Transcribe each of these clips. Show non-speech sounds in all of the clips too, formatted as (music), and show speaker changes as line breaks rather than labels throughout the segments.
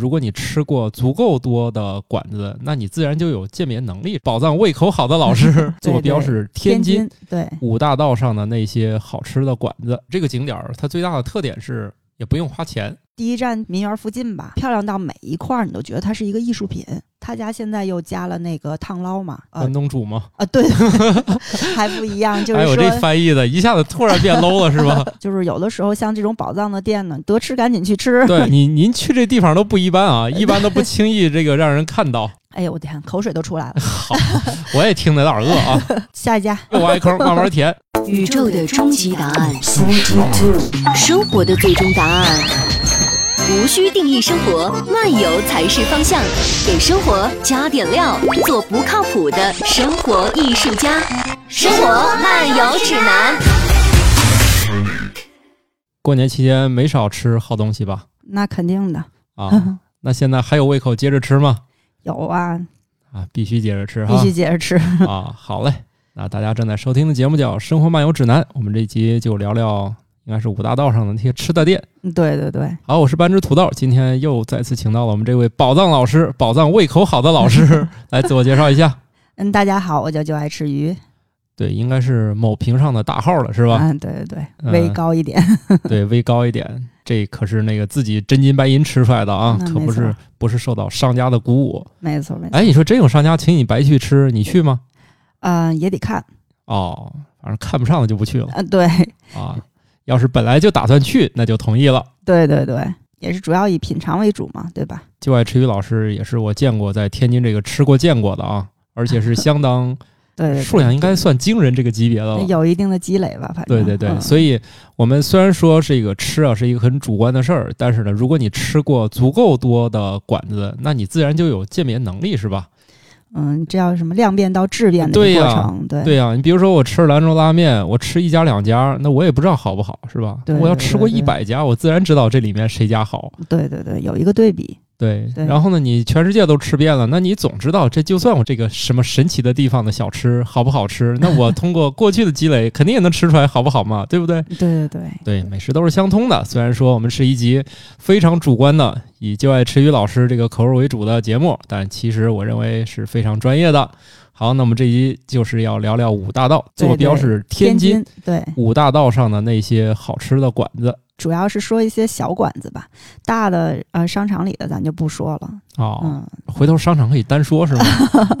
如果你吃过足够多的馆子，那你自然就有鉴别能力。宝藏胃口好的老师
(laughs) 对
坐标是天津
津对，
五大道上的那些好吃的馆子。这个景点儿它最大的特点是也不用花钱，
第一站民园附近吧，漂亮到每一块儿你都觉得它是一个艺术品。他家现在又加了那个烫捞嘛，呃
关东煮嘛。
啊，对， (laughs) 还不一样，就
嗯哎
是
呦，这
说，
翻译的一下子突然变 low 了是
(laughs)
吧？
就是有的时候像这种宝藏的店呢，得吃赶紧去吃。
对你，您去这地方都不一般啊，一般都不轻易这个让人看
(laughs)
到。
哎呦，我天，口水都出来了。
好，我也听得有点饿啊， (laughs)
下一家，
又挖一坑，慢慢填。
宇宙的终极答案，生活的最终答案。无需定义生活，漫游才是方向。给生活加点料，做不靠谱的生活艺术家。生活漫游指南。
嗯
过年期间没少吃好东西吧？
那肯定的
啊，那现在还有胃口接着吃吗？
(laughs) 有啊，
啊，必须接着吃
必
哈
须！接着吃。
啊，好嘞。那大家正在收听的节目叫《生活漫游指南》，我们这期就聊聊应该是五大道上的那些吃的店。
嗯对对对，
好，我是半只土豆，今天又再次请到了我们这位宝藏老师，宝藏胃口好的老
(laughs)
师来自我介绍一下。
嗯，大家好，我叫就爱吃鱼。
对，应该是某评上的大号了，是吧？
嗯，对对对，
嗯
微高一点。 (laughs)
对，微高一点，这可是那个自己真金白银吃出来的啊，
那
可
嗯没
不是
错
不是受到商家的鼓舞。
没错没错。
哎，你说真有商家请你白去吃，你去吗？
嗯、也得看。
哦，反正看不上的就不去了
嗯、对
啊。要是本来就打算去，那就同意了。
对对对，也是主要以品尝为主嘛，对吧？
就爱吃鱼老师也是我见过在天津这个吃过见过的啊，而且是相当
(laughs) 对对对
数量应该算惊人这个级别的了。
有一定的积累吧，反
对
正
对对，
嗯、
所以我们虽然说这个吃啊是一个很主观的事儿，但是呢，如果你吃过足够多的馆子，那你自然就有鉴别能力，是吧？
嗯，这叫什么量变到质变的
对
一个过
呀
程，对
对呀、啊你比如说我吃兰州拉面，我吃一家两家，那我也不知道好不好，是吧？
对
我要
对
吃
对
过
对
一百家，我自然知道这里面谁家好。
对对对，有一个对比，
对，
对
然后呢，你全世界都吃遍了，那你总知道这就算我这个什么神奇的地方的小吃 (laughs) 好不好吃，那我通过过去的积累，肯定也能吃出来好不好嘛，对不对？
对对对，
对，美食都是相通的。虽然说我们是一集非常主观的，以就爱吃鱼老师这个口味为主的节目，但其实我认为是非常专业的。好，那么这一集就是要聊聊五大道，
对
坐标
对
是天
天
津
对，
五大道上的那些好吃的馆子
主要是说一些小馆子吧，大的呃商场里的咱就不说了，
哦，
嗯，
回头商场可以单说， (laughs) 是吗？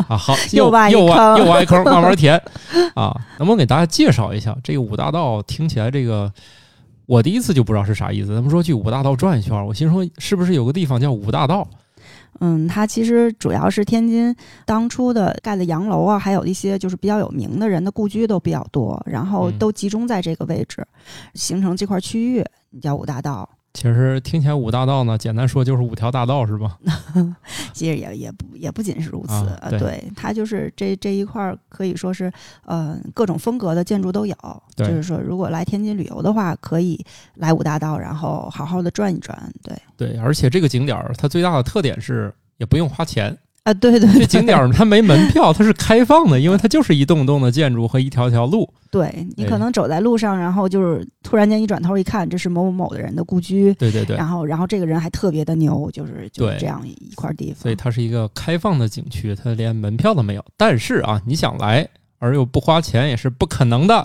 啊，好，
又
挖
挖一
又
坑
又挖一坑，慢慢 (laughs) 填啊。能不能给大家介绍一下这个五大道？听起来这个我第一次就不知道是啥意思。咱们说去五大道转一圈儿，我心说是不是有个地方叫五大道？
嗯，它其实主要是天津当初的盖的洋楼啊，还有一些就是比较有名的人的故居都比较多，然后
嗯
都集中在这个位置，形成这块区域，叫五大道。
其实听起来五大道呢，简单说就是五条大道，是吧？
其实也也不也不仅是如此，
啊
呃
对
对它就是这这一块儿可以说是，呃，各种风格的建筑都有。
对
就是说，如果来天津旅游的话，可以来五大道，然后好好的转一转。对，
对，而且这个景点儿它最大的特点是。也不用花 (laughs) 钱，
啊，对对对，
这景点儿它没门票，它是开放的，因为它就是一栋栋的建筑和一条条路。
对你
对
可能走在路上，然后就是突然间一转头一看，这是某某某的人的故居，
对对对，
然后然后这个人还特别的牛，就是就是
对
这样一块地
所以
方。
它是一个开放的景区，它连门票都没有。但是啊，你想来而又不花钱也是不可能
(laughs)
的，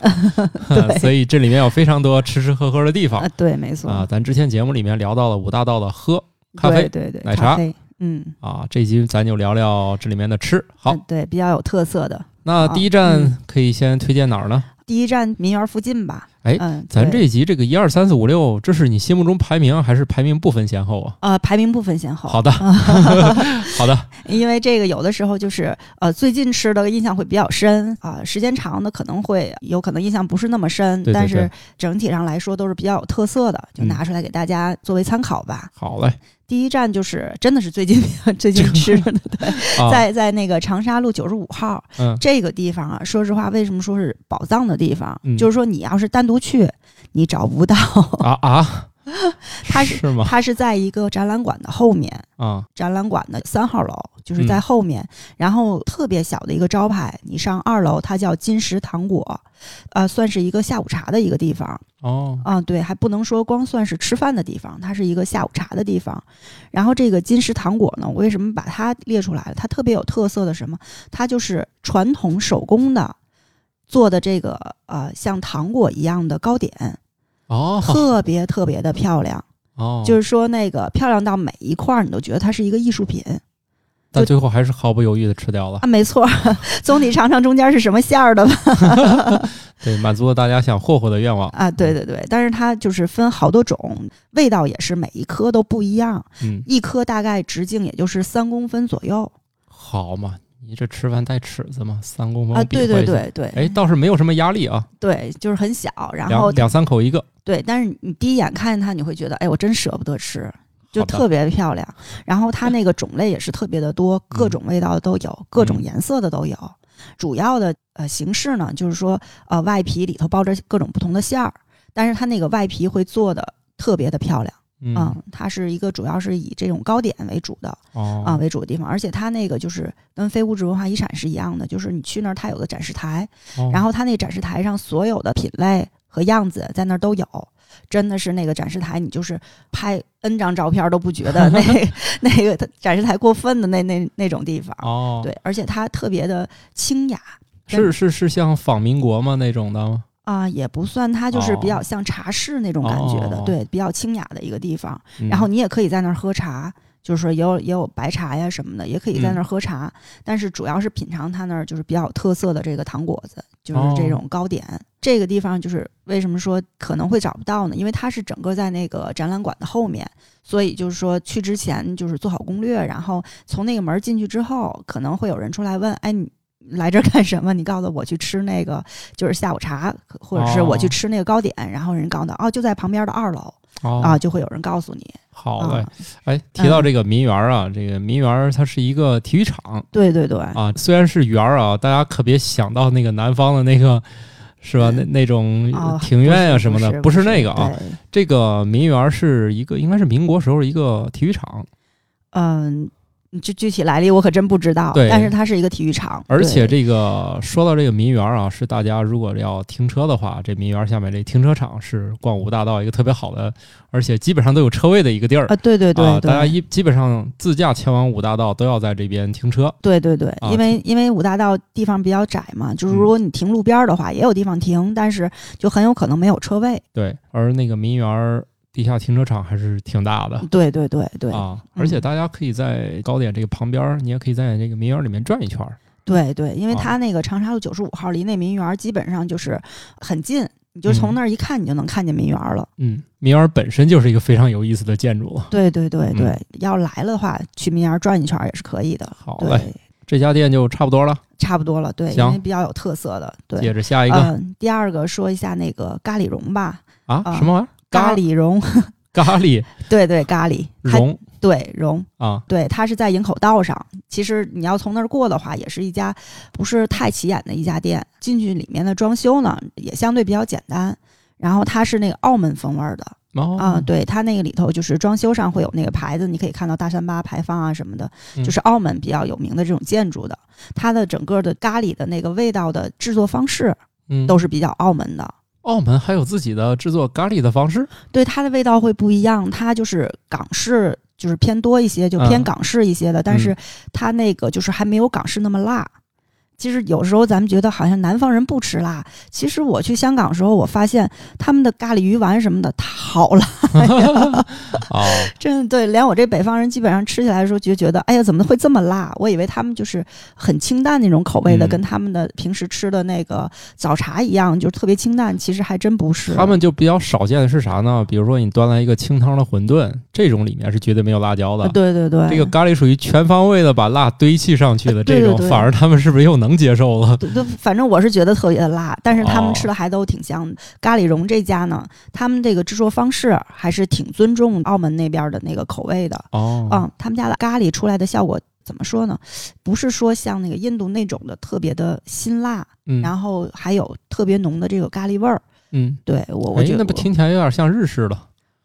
对
所以这里面有非常多吃吃喝喝的地方
啊，对，没错，
啊。咱之前节目里面聊到了五大道的喝咖啡
对对对，
奶茶
咖啡，嗯，
啊，这集咱就聊聊这里面的吃。好
嗯，对，比较有特色的。
那第一站可以先推荐哪儿呢？
第一站民园附近吧，
哎
嗯，
咱
对
这集这个一二三四五六，这是你心目中排名还是排名不分先后啊？
呃，排名不分先后。
好
(laughs)
的，好的，
因为这个有的时候就是呃，最近吃的印象会比较深啊、时间长的可能会有可能印象不是那么深，
对对
但
对
是整体上来说都是比较有特色的，就
嗯
拿出来给大家作为参考吧。
好嘞
第一站就是真的是最近 (laughs) 最近吃的，对，
啊，
在在那个长沙路九十五号
嗯，
这个地方啊，说实话，为什么说是宝藏的地方？
嗯
就是说你要是单独去，你找不到。
啊啊，
(laughs) 它是
吗？
它是在一个展览馆的后面，
啊
展览馆的三号楼，就是
嗯
在后面，然后特别小的一个招牌，你上二楼，它叫金石糖果，呃，算是一个下午茶的一个地方
哦
啊、对，还不能说光算是吃饭的地方，它是一个下午茶的地方。然后这个金石糖果呢，我为什么把它列出来了？它特别有特色的是什么？它就是传统手工的做的这个呃像糖果一样的糕点，
哦
特别特别的漂亮。
哦，
就是是说那个漂亮到每一块儿，你都觉得它是一个艺术品
但最后还是毫不犹豫的吃掉了
啊，，没错儿。总体尝尝中间是什么馅儿的吧？ (laughs)
对，满足了大家想霍霍的愿望
啊，对，对对，但是它就是分好多种，味道也是每一颗都不一样，
嗯，
一颗大概直径也就是三公分左右
好嘛，你这吃饭带尺子嘛，三公分
啊，
哦比
对
划
对
一下，
对对
哎，倒是没有什么压力啊，
对，就是很小，然
两
后
两三口一个，
对，但是你第一眼看见它，你会觉得，哎，我真舍不得吃。就
好的嗯
特别漂亮，然后它那个种类也是特别的多，各种味道的都有，各种
嗯
颜色的都有。主要的呃形式呢，就是说呃外皮里头包着各种不同的馅儿，但是它那个外皮会做的特别的漂亮
嗯
啊、嗯它是一个主要是以这种糕点为主的
哦
啊、为主的地方，而且它那个就是跟非物质文化遗产是一样的，就是你去那儿它有个展示台，
哦
然后它那展示台上所有的品类和样子在那儿都有，真的是那个展示台，你就是拍 N 张照片都不
(laughs)
觉得那那个展示台过分的那那那种地方。
哦，
对，而且它特别的清雅
是是是像仿民国吗那种的吗？
啊、也不算它就是比
哦
较像茶室那种感觉的，
哦
对，比较清雅的一个地方。
嗯
然后你也可以在那儿喝茶。就是说也有也有白茶呀什么的，也可以在
嗯
那儿喝茶，但是主要是品尝它那儿就是比较有特色的这个糖果子，就是
哦
这种糕点。这个地方就是为什么说可能会找不到呢？因为它是整个在那个展览馆的后面，所以就是说去之前就是做好攻略，然后从那个门儿进去之后，可能会有人出来问：“哎，你来这儿干什么？”你告诉我去吃那个就是下午茶，或者是我去
哦
吃那个糕点。然后人告诉他：“哦，就在旁边的二楼
哦
啊。”就会有人告诉你。
好嘞
啊，，
哎，提到这个民园啊，这个民园儿它是一个体育场
对对对，
啊，虽然是园儿啊，大家可别想到那个南方的那个是吧？那那种
哦
庭院啊什么的，
不
是那个啊。
对
这个民园儿是一个应该是民国时候一个体育场，
嗯，具具体来历我可真不知道，
对
但是它是一个体育场，
而且
对
这个说到这个民园儿啊，是大家如果要停车的话，这民园儿下面这停车场是逛五大道一个特别好的，而且基本上都有车位的一个地儿。
啊，对对
啊
对，
大家
对。
一基本上自驾前往五大道都要在这边停车。
对对对，
啊
因为因为五大道地方比较窄嘛，就
嗯
是如果你停路边儿的话，也有地方停，但是就很有可能没有车位。
对，而那个民园儿地下停车场还是挺大的
对对对对
啊，
嗯
而且大家可以在糕点这个旁边儿，你也可以在这个民园儿里面转一圈儿。
对对，因为
啊
它那个长沙路九十五号离那民园儿基本上就是很近，你就从
嗯
那儿一看，你就能看见民园儿了。
嗯，民园儿本身就是一个非常有意思的建筑了。
对对对
嗯
对，要来了的话，去民园儿转一圈儿也是可以的。
好嘞，
对，
这家店就差不多了，
差不多了。对，因
行
为比较有特色的。对，
接着下一个
嗯、第二个说一下那个咖喱蓉吧，
啊，
啊
什么玩意儿？
咖喱蓉， (laughs)
咖喱
对对，咖喱它
蓉
对蓉，
啊，
对，它是在营口道上。其实你要从那儿过的话，也是一家不是太起眼的一家店。进去里面的装修呢，也相对比较简单。然后它是那个澳门风味儿的
哦
啊、，对，它那个里头就是装修上会有那个牌子，你可以看到大三巴牌坊啊什么的，
嗯
就是澳门比较有名的这种建筑的。它的整个的咖喱的那个味道的制作方式
嗯，
都是比较澳门的。
澳门还有自己的制作咖喱的方
(laughs)
式
对它的味道会不一样，它就是港式，就是偏多一些，就
嗯
偏港式一些的，但是它那个就是还没有港式那么辣。其实有时候咱们觉得好像南方人不吃辣，其实我去香港的时候，我发现他们的咖喱鱼丸什么的，它好辣，
啊，
(laughs) 真的对，连我这北方人基本上吃起来的时候就觉得，哎呀，怎么会这么辣？我以为他们就是很清淡那种口味的，
嗯
跟他们的平时吃的那个早茶一样，就是特别清淡，其实还真不是。
他们就比较少见的是啥呢？比如说你端来一个清汤的馄饨，这种里面是绝对没有辣椒的
啊。对对对，
这个咖喱属于全方位的把辣堆砌上去的这
对对
种，
对
反而他们是不是又能接受了？
对对，反正我是觉得特别的辣，但是他
哦
们吃的还都挺香的。咖喱蓉这家呢，他们这个制作方式还是挺尊重澳门那边的那个口味的。
哦，
嗯，他们家的咖喱出来的效果怎么说呢？不是说像那个印度那种的特别的辛辣，
嗯
然后还有特别浓的这个咖喱味儿。
嗯，
对我，我
哎
觉，得
那不听起来有点像日式了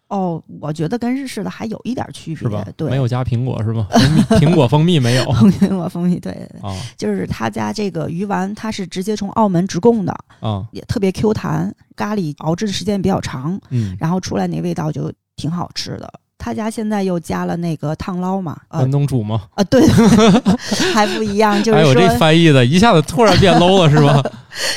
哦，我觉得跟日式的还有一点区
是
别
吧，？
对，
没有加苹果是吗？蜂蜜苹果蜂蜜没有
蜂蜜， (laughs) 我蜂蜜，对对对，
啊
就是他家这个鱼丸，它是直接从澳门直供的，
啊
也特别 Q 弹，咖喱熬制的时间比较长，
嗯，
然后出来那味道就挺好吃的。他家现在又加了那个烫捞嘛，呃
关东煮吗？
啊，对， (laughs) 还不一样，就
还
是
有哎这
说，
翻译的，一下子突然变 low 了是
(laughs)
吧？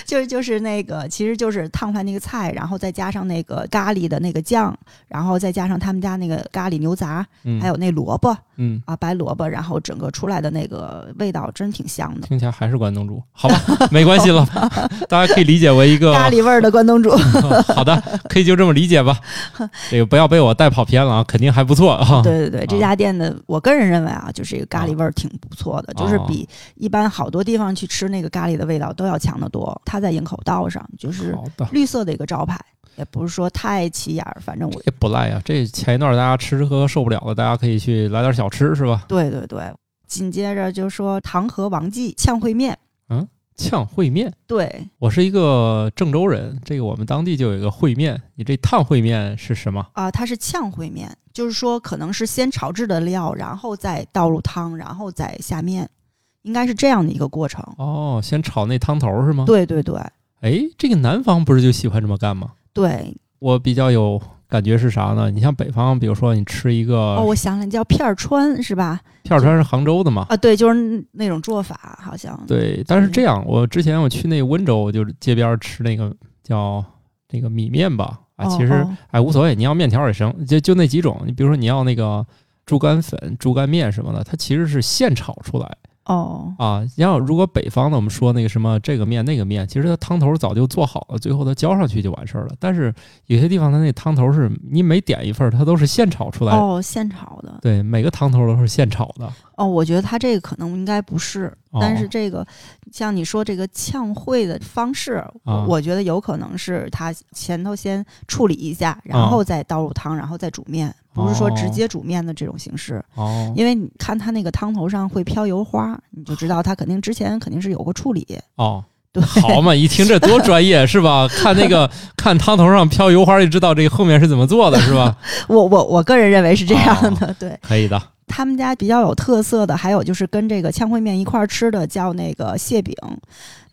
就是就是那个，其实就是烫出来那个菜，然后再加上那个咖喱的那个酱，然后再加上他们家那个咖喱牛杂，
嗯，
还有那萝卜
嗯，
啊，白萝卜，然后整个出来的那个味道真挺香的。
听起来还是关东煮，好吧，没关系了，
(laughs)
大家可以理解为一个
咖喱味儿的关东煮，
好的，可以就这么理解
(laughs)
吧。这个不要被我带跑偏了啊，肯定还不错啊。
对对对，这
啊
家店的，我个人认为啊，就是一个咖喱味儿挺不错的，就是比一般好多地方去吃那个咖喱的味道都要强得多。它在营口道上，就
(laughs)
是
好的，
绿色的一个招牌，也不是说太起眼儿，反正我
这不赖呀、这前一段大家吃吃喝喝受不了了，大家可以去来点小吃是吧？
对对对。紧接着就说唐和王记炝烩面，
炝烩面，
对，
我是一个郑州人，这个我们当地就有一个烩面。你这烫烩面是什么？
啊、它是炝烩面，就是说可能是先炒制的料，然后再倒入汤，然后再下面，应该是这样的一个过程。
哦，先炒那汤头是吗？。
对对对
哎，这个南方不是就喜欢这么干吗？
对，
我比较有感觉是啥呢？你像北方，比如说你吃一
哦，
个
我想起来叫片儿川是吧？
片儿川是杭州的嘛，
啊，对，就是那种做法，好像
对，但是这样，我之前我去那个温州，我就街边儿吃那个叫那个米面吧，啊，
哦
其实、
哦
哎无所谓，你要面条儿也行，就就那几种，你比如说你要那个猪肝粉、猪肝面什么的，它其实是现炒出来
哦
啊。要如果北方的我们说那个什么这个面那个面，其实它汤头儿早就做好了，最后它浇上去就完事儿了。但是有些地方它那汤头儿是你每点一份儿，它都是现炒出来的，
哦，现炒的
对，每个汤头儿都是现炒的。
哦，我觉得它这个可能应该不是，但
哦
是这个像你说这个炝烩的方式，
啊
我我觉得有可能是它前头先处理一下，然后再倒入汤，然后再煮面，不是说直
啊哦
接煮面的这种形式，
哦，
因为你看它那个汤头上会飘油花，你就知道它肯定之前肯定是有过处理。 (laughs)
哦，
对
好嘛，一听这多专业是吧？看那个看汤头上飘油花，就知道这个后面是怎么做的，是吧？
我我我个人认为是
哦
这样的，对。
可以的，
他们家比较有特色的，还有就是跟这个炝烩面一块儿吃的，叫那个蟹饼，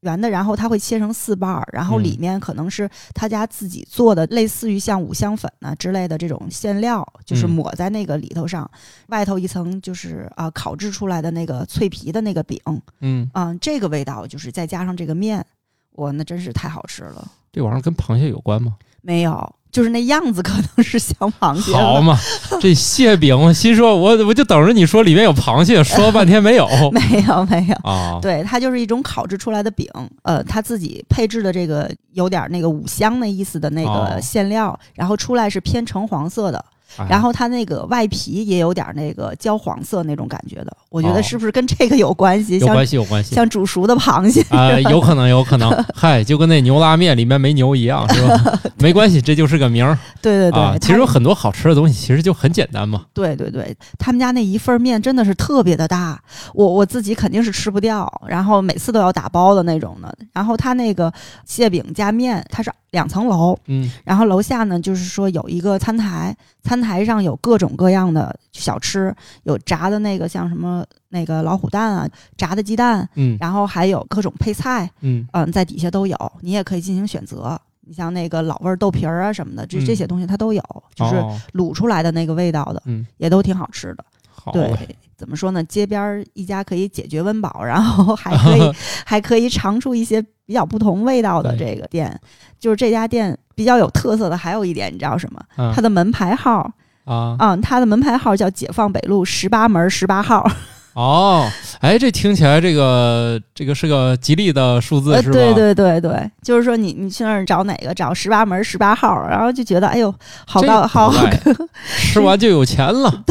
圆的，然后它会切成四瓣儿，然后
嗯
里面可能是他家自己做的，类似于像五香粉呐、之类的这种馅料，就是
嗯
抹在那个里头上，外头一层就是啊、烤制出来的那个脆皮的那个饼，
嗯，
嗯、这个味道就是再加上这个面，我那真是太好吃了，
这玩意儿跟螃蟹有关吗？
没有，就是那样子可能是像螃蟹
好
了，
嘛，这蟹饼，我心说我我就等着你说里面有螃蟹，说了半天没有
没有没有。
啊。
对，它就是一种烤制出来的饼，呃，它自己配置的这个有点那个五香那意思的那
哦
个馅料，然后出来是偏橙黄色的，
哎
然后它那个外皮也有点那个焦黄色那种感觉的，我觉
哦
得是不是跟这个有关系？
有
像
关系有关系
像煮熟的
(laughs)
螃蟹，
啊、有可能有可
(laughs)
能，嗨，就跟那牛拉面里面没牛一样，是吧？没关系，这就是个名儿
对对对，
啊。其实
它
有很多好吃的东西，其实就很简单嘛。
对对对，他们家那一份面真的是特别的大，我我自己肯定是吃不掉，然后每次都要打包的那种的。然后它那个蟹饼加面，它是两层楼，
嗯，
然后楼下呢，就是说有一个餐台，餐台上有各种各样的小吃，有炸的那个像什么那个老虎蛋啊，炸的鸡蛋，
嗯
然后还有各种配菜，
嗯，
嗯，在底下都有，你也可以进行选择。你像那个老味儿豆皮儿啊什么的，这
嗯
这些东西它都有，就是
哦、
卤出来的那个味道的，
嗯
也都挺好吃的。
好啊嘞
对，怎么说呢？街边儿一家可以解决温饱，然后还
(laughs)
可以还可以尝出一些比较不同味道的
对
这个店。就是这家店比较有特色的还有一点，你知道什么？
嗯
它的门牌号，
啊
嗯，它的门牌号叫解放北路十八门十八号。
哦，哎，这听起来这个这个是个吉利的数字
(laughs) 呃，
是吧？
对对对对，就是说你你去那儿找哪个？找十八门十八号，然后就觉得哎呦，好
这
高好
不
好
赖， (laughs) 吃完就有钱了
(laughs)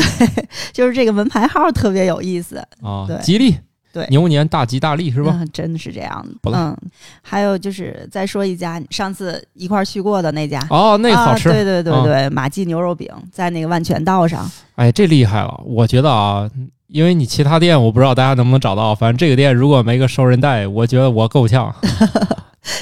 就是这个门牌号特别有意思。
啊！
对
吉利，
对
牛年大吉大利是吧？
嗯，真的是这样的。
不赖
嗯，还有就是再说一家，上次一块儿去过的那家，
哦，那个好吃
啊，，对对对
嗯
对，马记牛肉饼在那个万全道上，
哎，这厉害了！我觉得啊，因为你其他店我不知道大家能不能找到，反正这个店如果没个收人带，我觉得我够
(laughs)
呛。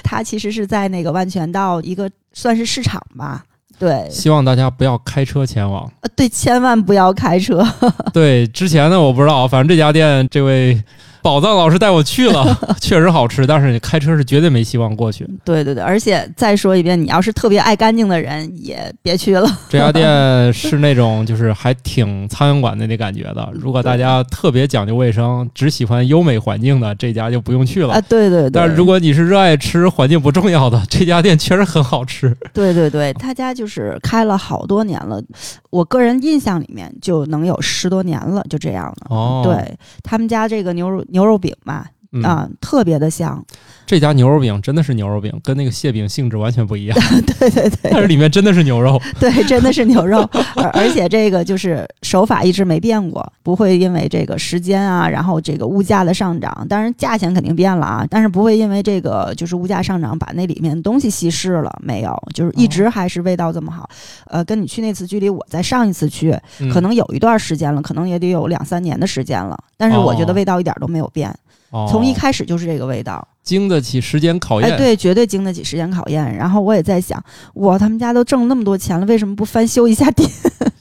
它其实是在那个万全道一个算是市场吧，对，
希望大家不要开车前往。
呃对，千万不要开车。 (laughs)
对，之前呢我不知道，反正这家店这位宝藏老师带我去
(laughs)
了，确实好吃，但是你开车是绝对没希望过去。
对对对，而且再说一遍，你要是特别爱干净的人，也别去了。
这家店是那种就是还挺苍蝇馆的那感觉的。如果大家特别讲究卫生，只喜欢优美环境的，这家就不用去了。
啊，对对对。
但是如果你是热爱吃，环境不重要的，这家店确实很好吃。
对对对，他家就是开了好多年了，我个人印象里面就能有十多年了，就这样了。
哦，
对他们家这个牛肉牛肉饼嘛，
嗯，
啊、特别的香。 (laughs)
这家牛肉饼真的是牛肉饼，跟那个蟹饼性质完全不一样，
对对对
但是里面真的是牛肉。 (laughs)
对，真的是牛肉，而而且这个就是手法一直没变过，不会因为这个时间啊，然后这个物价的上涨，当然价钱肯定变了啊，但是不会因为这个就是物价上涨把那里面东西稀释了，没有，就是一
哦
直还是味道这么好。呃，跟你去那次距离我在上一次去，
嗯
(laughs) 可能有一段时间了，可能也得有两三年的时间了，但是我觉得味道一点都没有变，
哦
从一开始就是这个味道。
经得起时间考验。
哎，对，绝对经得起时间考验。然后我也在想，哇，他们家都挣那么多钱了，为什么不翻修一下店？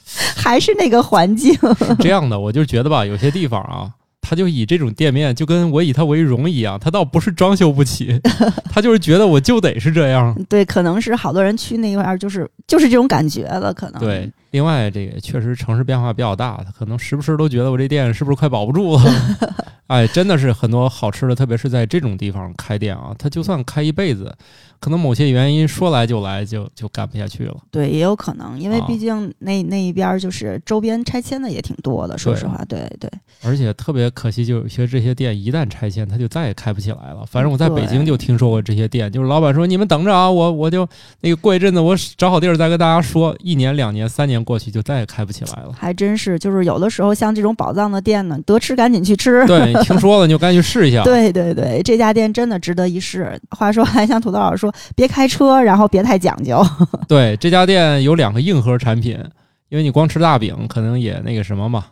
(laughs) 还是那个环境， (laughs)
是这样的，我就觉得吧，有些地方啊，他就以这种店面，就跟我以它为荣一样，他倒不是装修不
(laughs)
起，他就是觉得我就得是这样。
对，可能是好多人去那块儿，就是就是这种感觉了，可能
对，另外这个确实城市变化比较大，他可能时不时都觉得我这店是不是快保不住了？哎，真的是很多好吃的，特别是在这种地方开店啊，他就算开一辈子，可能某些原因说来就来就就干不下去了。
对也有可能，因为
啊
毕竟那、那一边儿就是周边拆迁的也挺多的，说
对
实话，对对。
而且特别可惜，就有些这些店一旦拆迁，它就再也开不起来了。反正我在北京就听说过这些店，就是老板说你们等着啊，我我就那个过一阵子我找好地儿再跟大家说。一年、两年、三年过去就再也开不起来了
(laughs) 还真是，就是有的时候像这种宝藏的店呢，得吃赶紧去吃。
对，听说了你就赶紧去试一下。
(laughs) 对对对，这家店真的值得一试。话说，还像土豆老师说，别开车，然后别太讲究。 (laughs)
对这家店有两个硬核产品，因为你光吃大饼可能也那个什么嘛，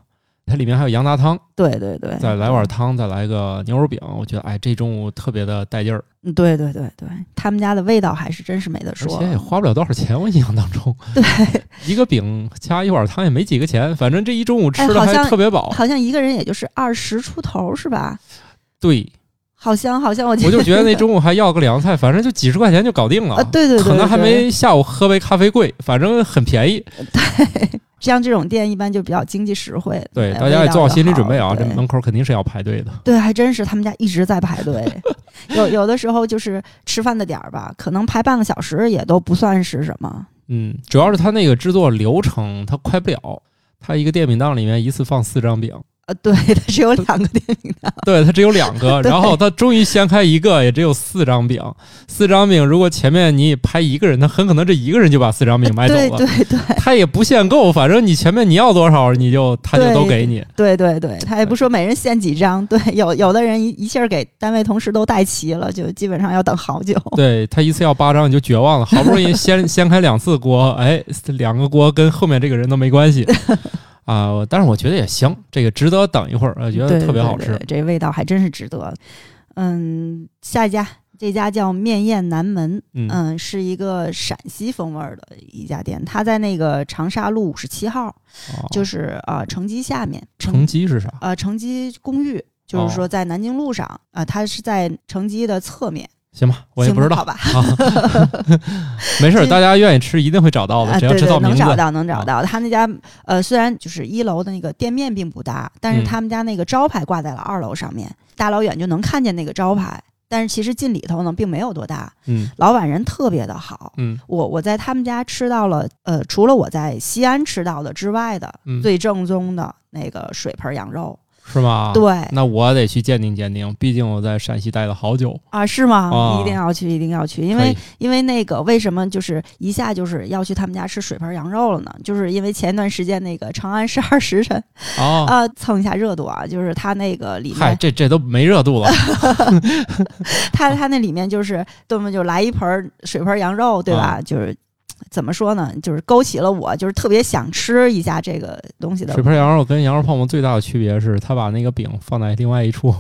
它里面还有羊杂汤，
对对对，
再来碗汤，再来个牛肉饼，我觉得哎，这中午特别的带劲儿，
嗯，对对对对，他们家的味道还是真是没得
而
说。
且也花不了多少钱，我印象当中。 (laughs)
对，
一个饼加一碗汤也没几个钱，反正这一中午吃
哎
的
好
还
像
特别饱。
好像一个人也就是二十出头是吧？ (laughs)
对，
好像好像我
我就觉得那
种
中午还要个凉菜，反正就几十块钱就搞定了。
啊，对对对，
可能还
对
没下午喝杯咖啡贵，反正很便宜。
像这种店一般就比较经济实惠。
对，
哎
大家也做好心理准备啊，这。
味道就好
门口肯定是要排队的。
对，对还真是他们家一直在排队，有有的时候就是吃饭的点儿吧，可能排半个小时也都不算是什么。
嗯，主要是它那个制作流程它快不了，它一个电饼铛里面一次放四
(laughs)
张饼，
呃，对，它是有两个店名的。
对，它只有两个，然后它终于掀开一个，也只有四张饼。四张饼，如果前面你排一个人，他很可能这一个人就把四张饼买走
对
了。
对对
他也不限购，反正你前面你要多少，你就他就都给
(laughs)
你。
对对对，他也不说每人限几张，对，有有的人一一下儿给单位同事都带齐了，就基本上要等好久。
对他一次要八张，你就绝望了。好不容易掀掀开两次锅，哎，两个锅跟后面这个人都没关
(laughs)
系啊、但是我觉得也行，这个值得等一会儿，我觉得
对
特别好
对
吃。
对对这味道还真是值得。嗯，下一家这家叫面宴南门，
嗯，
嗯，是一个陕西风味儿的一家店，它在那个长沙路五十七号，
哦
就是呃城基下面，
成绩是啥？
呃城基公寓，就
哦
是说在南京路上啊、它是在城基的侧面，
行吧，我也
行
不知
好
道。
吧？
啊， (laughs) 没事儿，
这
大家愿意吃一定会找到的，
啊，
只
对
要知
对，
道
能
名字
找。到，能找
啊
到。他那家呃，虽然就是一楼的那个店面并不大，但是
嗯
他们家那个招牌挂在了二楼上面，大老远就能看见那个招牌。但是其实进里头呢，并没有多大。
嗯
老板人特别的好，
嗯
我我在他们家吃到了，呃，除了我在西安吃到的之外的、
嗯，
最正宗的那个水盆羊肉，
是吗？
对
那我得去鉴定鉴定，毕竟我在陕西待了好久。
啊，是吗？
啊
一定要去，一定要去，因
可
为
以
因为那个为什么就是一下就是要去他们家吃水盆羊肉了呢？就是因为前段时间那个《长安十二时辰》
哦，
呃，蹭一下热度啊，就是它那个里
嗨，
面，
这这都没热度
(laughs)
了，
它它那里面就是动不动就来一盆儿水盆儿羊肉，对
啊
吧？就是怎么说呢，就是勾起了我就是特别想吃一下这个东西的
水。盆羊肉跟羊肉泡馍最大的区别是，它把那个饼放在另外一处，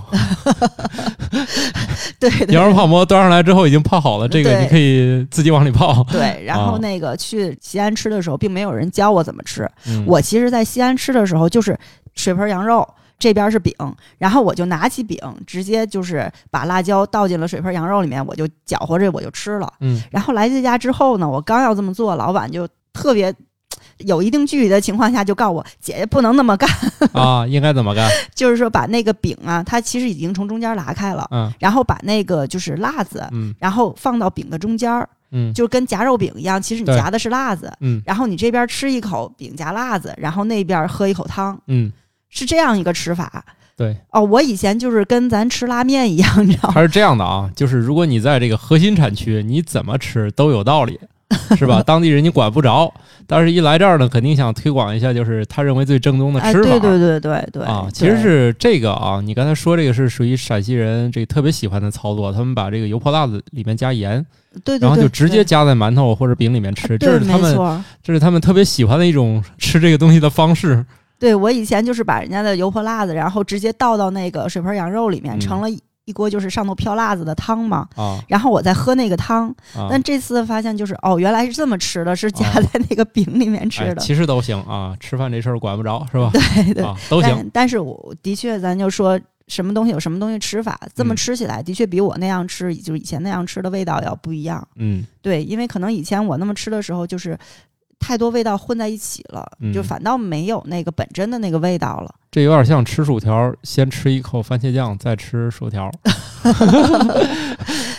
对
(laughs)
对
羊肉泡馍端上来之后已经泡好了，这个
对
你可以自己往里泡。
对，然
啊
后那个去西安吃的时候，并没有人教我怎么吃。
嗯
我其实，在西安吃的时候，就是水盆羊肉，这边是饼，然后我就拿起饼，直接就是把辣椒倒进了水盆羊肉里面，我就搅和着我就吃了。
嗯
然后来这家之后呢，我刚要这么做，老板就特别。有一定距离的情况下，就告诉我姐姐不能那么干， (laughs)
啊，应该怎么干？
就是说把那个饼啊，它其实已经从中间拉开了，
嗯
然后把那个就是辣子，
嗯
然后放到饼的中间儿，
嗯
就是跟夹肉饼一样，其实你
对
夹的是辣子，
嗯
然后你这边吃一口饼夹辣子，然后那边喝一口汤，
嗯，
是这样一个吃法。
对，
哦，我以前就是跟咱吃拉面一样，你知道吗？
它是这样的啊，就是如果你在这个核心产区，你怎么吃都有道理，是
(laughs)
吧？当地人你管不着，但是一来这儿呢，肯定想推广一下，就是他认为最正宗的
哎，
吃法。
对对对对对
啊，
对
其实是这个啊，你刚才说这个是属于陕西人这特别喜欢的操作，他们把这个油泼辣子里面加盐，
对对对，
然后就直接
对
加在馒头或者饼里面吃，这
对，
是他
没
们
错。
这是他们特别喜欢的一种吃这个东西的方式。
对我以前就是把人家的油泼辣子，然后直接倒到那个水盆羊肉里面，
嗯
成了一一锅就是上头飘辣子的汤嘛。
啊
然后我再喝那个汤，
啊！
但这次发现就是哦，原来是这么吃的，是夹在那个饼里面吃
哎，
的。
其实都行啊，吃饭这事儿管不着是吧？
对对，
啊，都行。
但但是我的确，咱就说什么东西有什么东西吃法，这么
嗯
吃起来的确比我那样吃，就是以前那样吃的味道要不一样。
嗯
对，因为可能以前我那么吃的时候，就是太多味道混在一起了，就
嗯
反倒没有那个本真的那个味道了。
这有点像吃薯条，先吃一口番茄酱，再吃薯
(laughs)
条，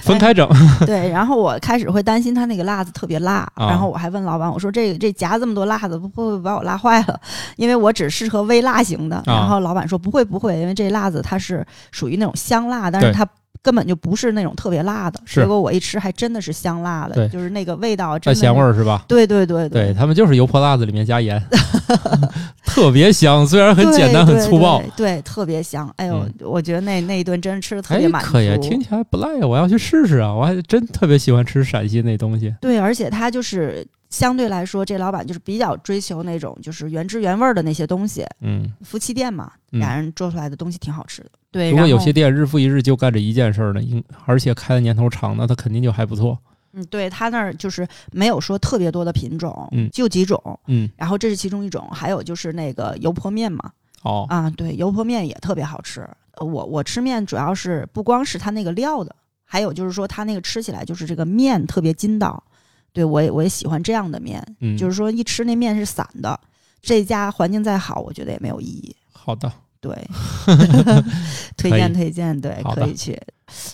分开整。 (laughs)
对，然后我开始会担心它那个辣子特别辣，
啊
然后我还问老板，我说这这夹这么多辣子，不会不会把我辣坏了？因为我只适合微辣型
啊
的。然后老板说不会不会，因为这辣子它是属于那种香辣，但是
对
它。根本就不是那种特别辣的，
是
结果我一吃还真的是香辣
对
的，就是那个味道真
带
的
咸味。儿是吧？
对对对
对他们就是油泼辣子里面加
(laughs)
盐，特别香，虽然很简单很
对
粗暴。
对对，特别香。哎呦，
嗯
我觉得那那一顿真是吃的特
哎
别，满足。
可
(laughs)
以，听起来不赖呀！我要去试试啊！我还真特别喜欢吃陕西那东西。
对，而且他就是相对来说，这老板就是比较追求那种就是原汁原味儿的那些东西。
嗯，
夫妻店嘛，
嗯
俩人做出来的东西挺好吃的。对，
如果
然
有
后
些店日复一日就干这一件事儿呢，应而且开的年头长，那它肯定就还不错。
嗯，对他那儿就是没有说特别多的品种，
嗯
就几种。
嗯，
然后这是其中一种，还有就是那个油泼面嘛，
哦，
啊，对，油泼面也特别好吃。呃我我吃面主要是不光是它那个料的，还有就是说它那个吃起来就是这个面特别筋道。对我也我也喜欢这样的面，
嗯，
就是说一吃那面是散的。这家环境再好，我觉得也没有意义。
好的， (laughs)
对，推荐推荐，对，
好的
可以去。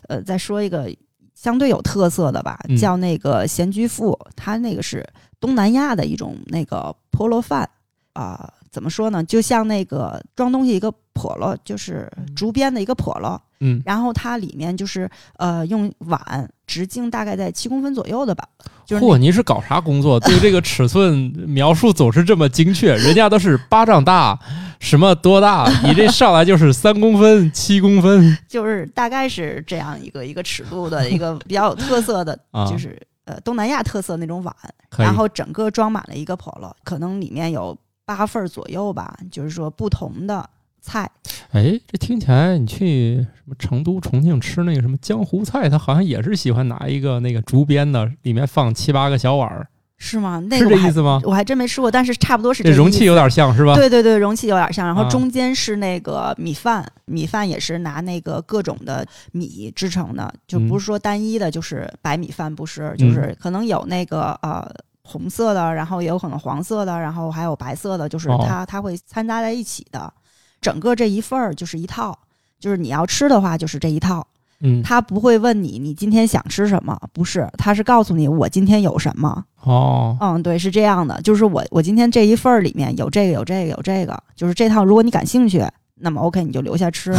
呃，再说一个相对有特色的吧，
嗯
叫那个咸居富，它那个是东南亚的一种那个婆罗饭啊、怎么说呢？就像那个装东西一个笸箩，就是竹编的一个笸箩，
嗯，
然后它里面就是呃用碗直径大概在七公分左右的吧，就是那
嚯，您是搞啥工作？对这个尺寸描述总是这么精确，人家都是巴掌大，什么多大，你这上来就是三公分、七公分
就是大概是这样一个一个尺度的一个比较有特色的，
啊
就是呃东南亚特色那种碗，
可以
然后整个装满了一个 polo，可能里面有八份儿左右吧，就是说不同的菜。
哎，这听起来你去什么成都、重庆吃那个什么江湖菜，他好像也是喜欢拿一个那个竹编的，里面放七八个小碗儿，
是吗？那
是
个
这
我
意
还
思吗？
我还真没吃过，但是差不多是
这
这
容
意思
器。有点像是吧？
对对对，容器有点像，然后
啊
中间是那个米饭，米饭也是拿那个各种的米制成的，就
嗯
不是说单一的，就是白米饭不是，就是可能有那个呃红色的，然后也有可能黄色的，然后还有白色的，就是
哦
它它会掺杂在一起的，整个这一份儿就是一套，就是你要吃的话就是这一套，
嗯，
他不会问你你今天想吃什么，不是，他是告诉你我今天有什么。
哦，
嗯，对，是这样的，就是我我今天这一份儿里面有这个有这个有这个，就是这套，如果你感兴趣，那么 OK 你就留
(laughs)
下吃；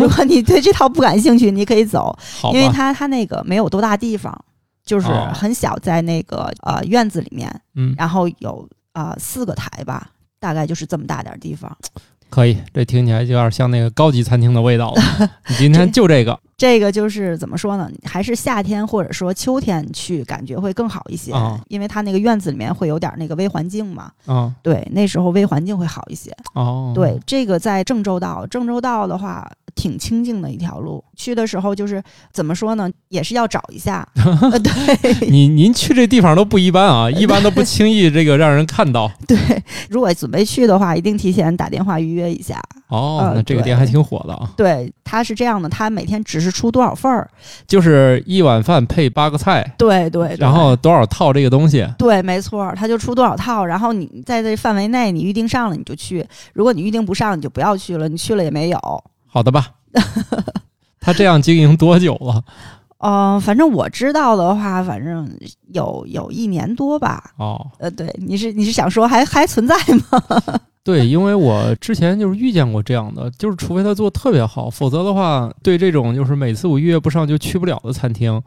如果你对这套不感兴趣，你可以走，
好
因为
吧，
它它那个没有多大地方，就是
哦
很小，在那个呃院子里面，
嗯，
然后有啊、呃四个台吧，大概就是这么大点儿地方。 (laughs)
可以，这听起来就有点像那个高级餐厅的味道了。你今天就这个，
这个就是怎么说呢？还是夏天或者说秋天去，感觉会更好一些，
啊
因为它那个院子里面会有点那个微环境嘛。
啊
对，那时候微环境会好一些。
哦，
对，这个在郑州道，郑州道的话挺清静的一条路。去的时候就是怎么说呢，也是要找
(laughs)
一下。呃、对，
你您去这地方都不一般
(laughs)
啊，一般都不轻易这个让人看到。
对，如果准备去的话，一定提前打电话预约一下。 (laughs)
哦，
嗯
那这个
对
店还挺火的啊，
对，它是这样的，它每天只是出多少份儿。
就是一碗饭配八个菜，
对对对
然后多少套这个东西。
对，没错儿，它就出多少套，然后你在这范围内，你预定上了你就去，如果你预定不上，你就不要去了，你去了也没有。
好的
(laughs)
吧？他这样经营多久了？
嗯、反正我知道的话，反正有有一年多吧。
哦，
呃，对，你是你是想说还还存在吗？
对，因为我之前就是遇见过这样的，就是除非他做得特别好，否则的话，对这种就是每次我预约不上就去不了的餐厅，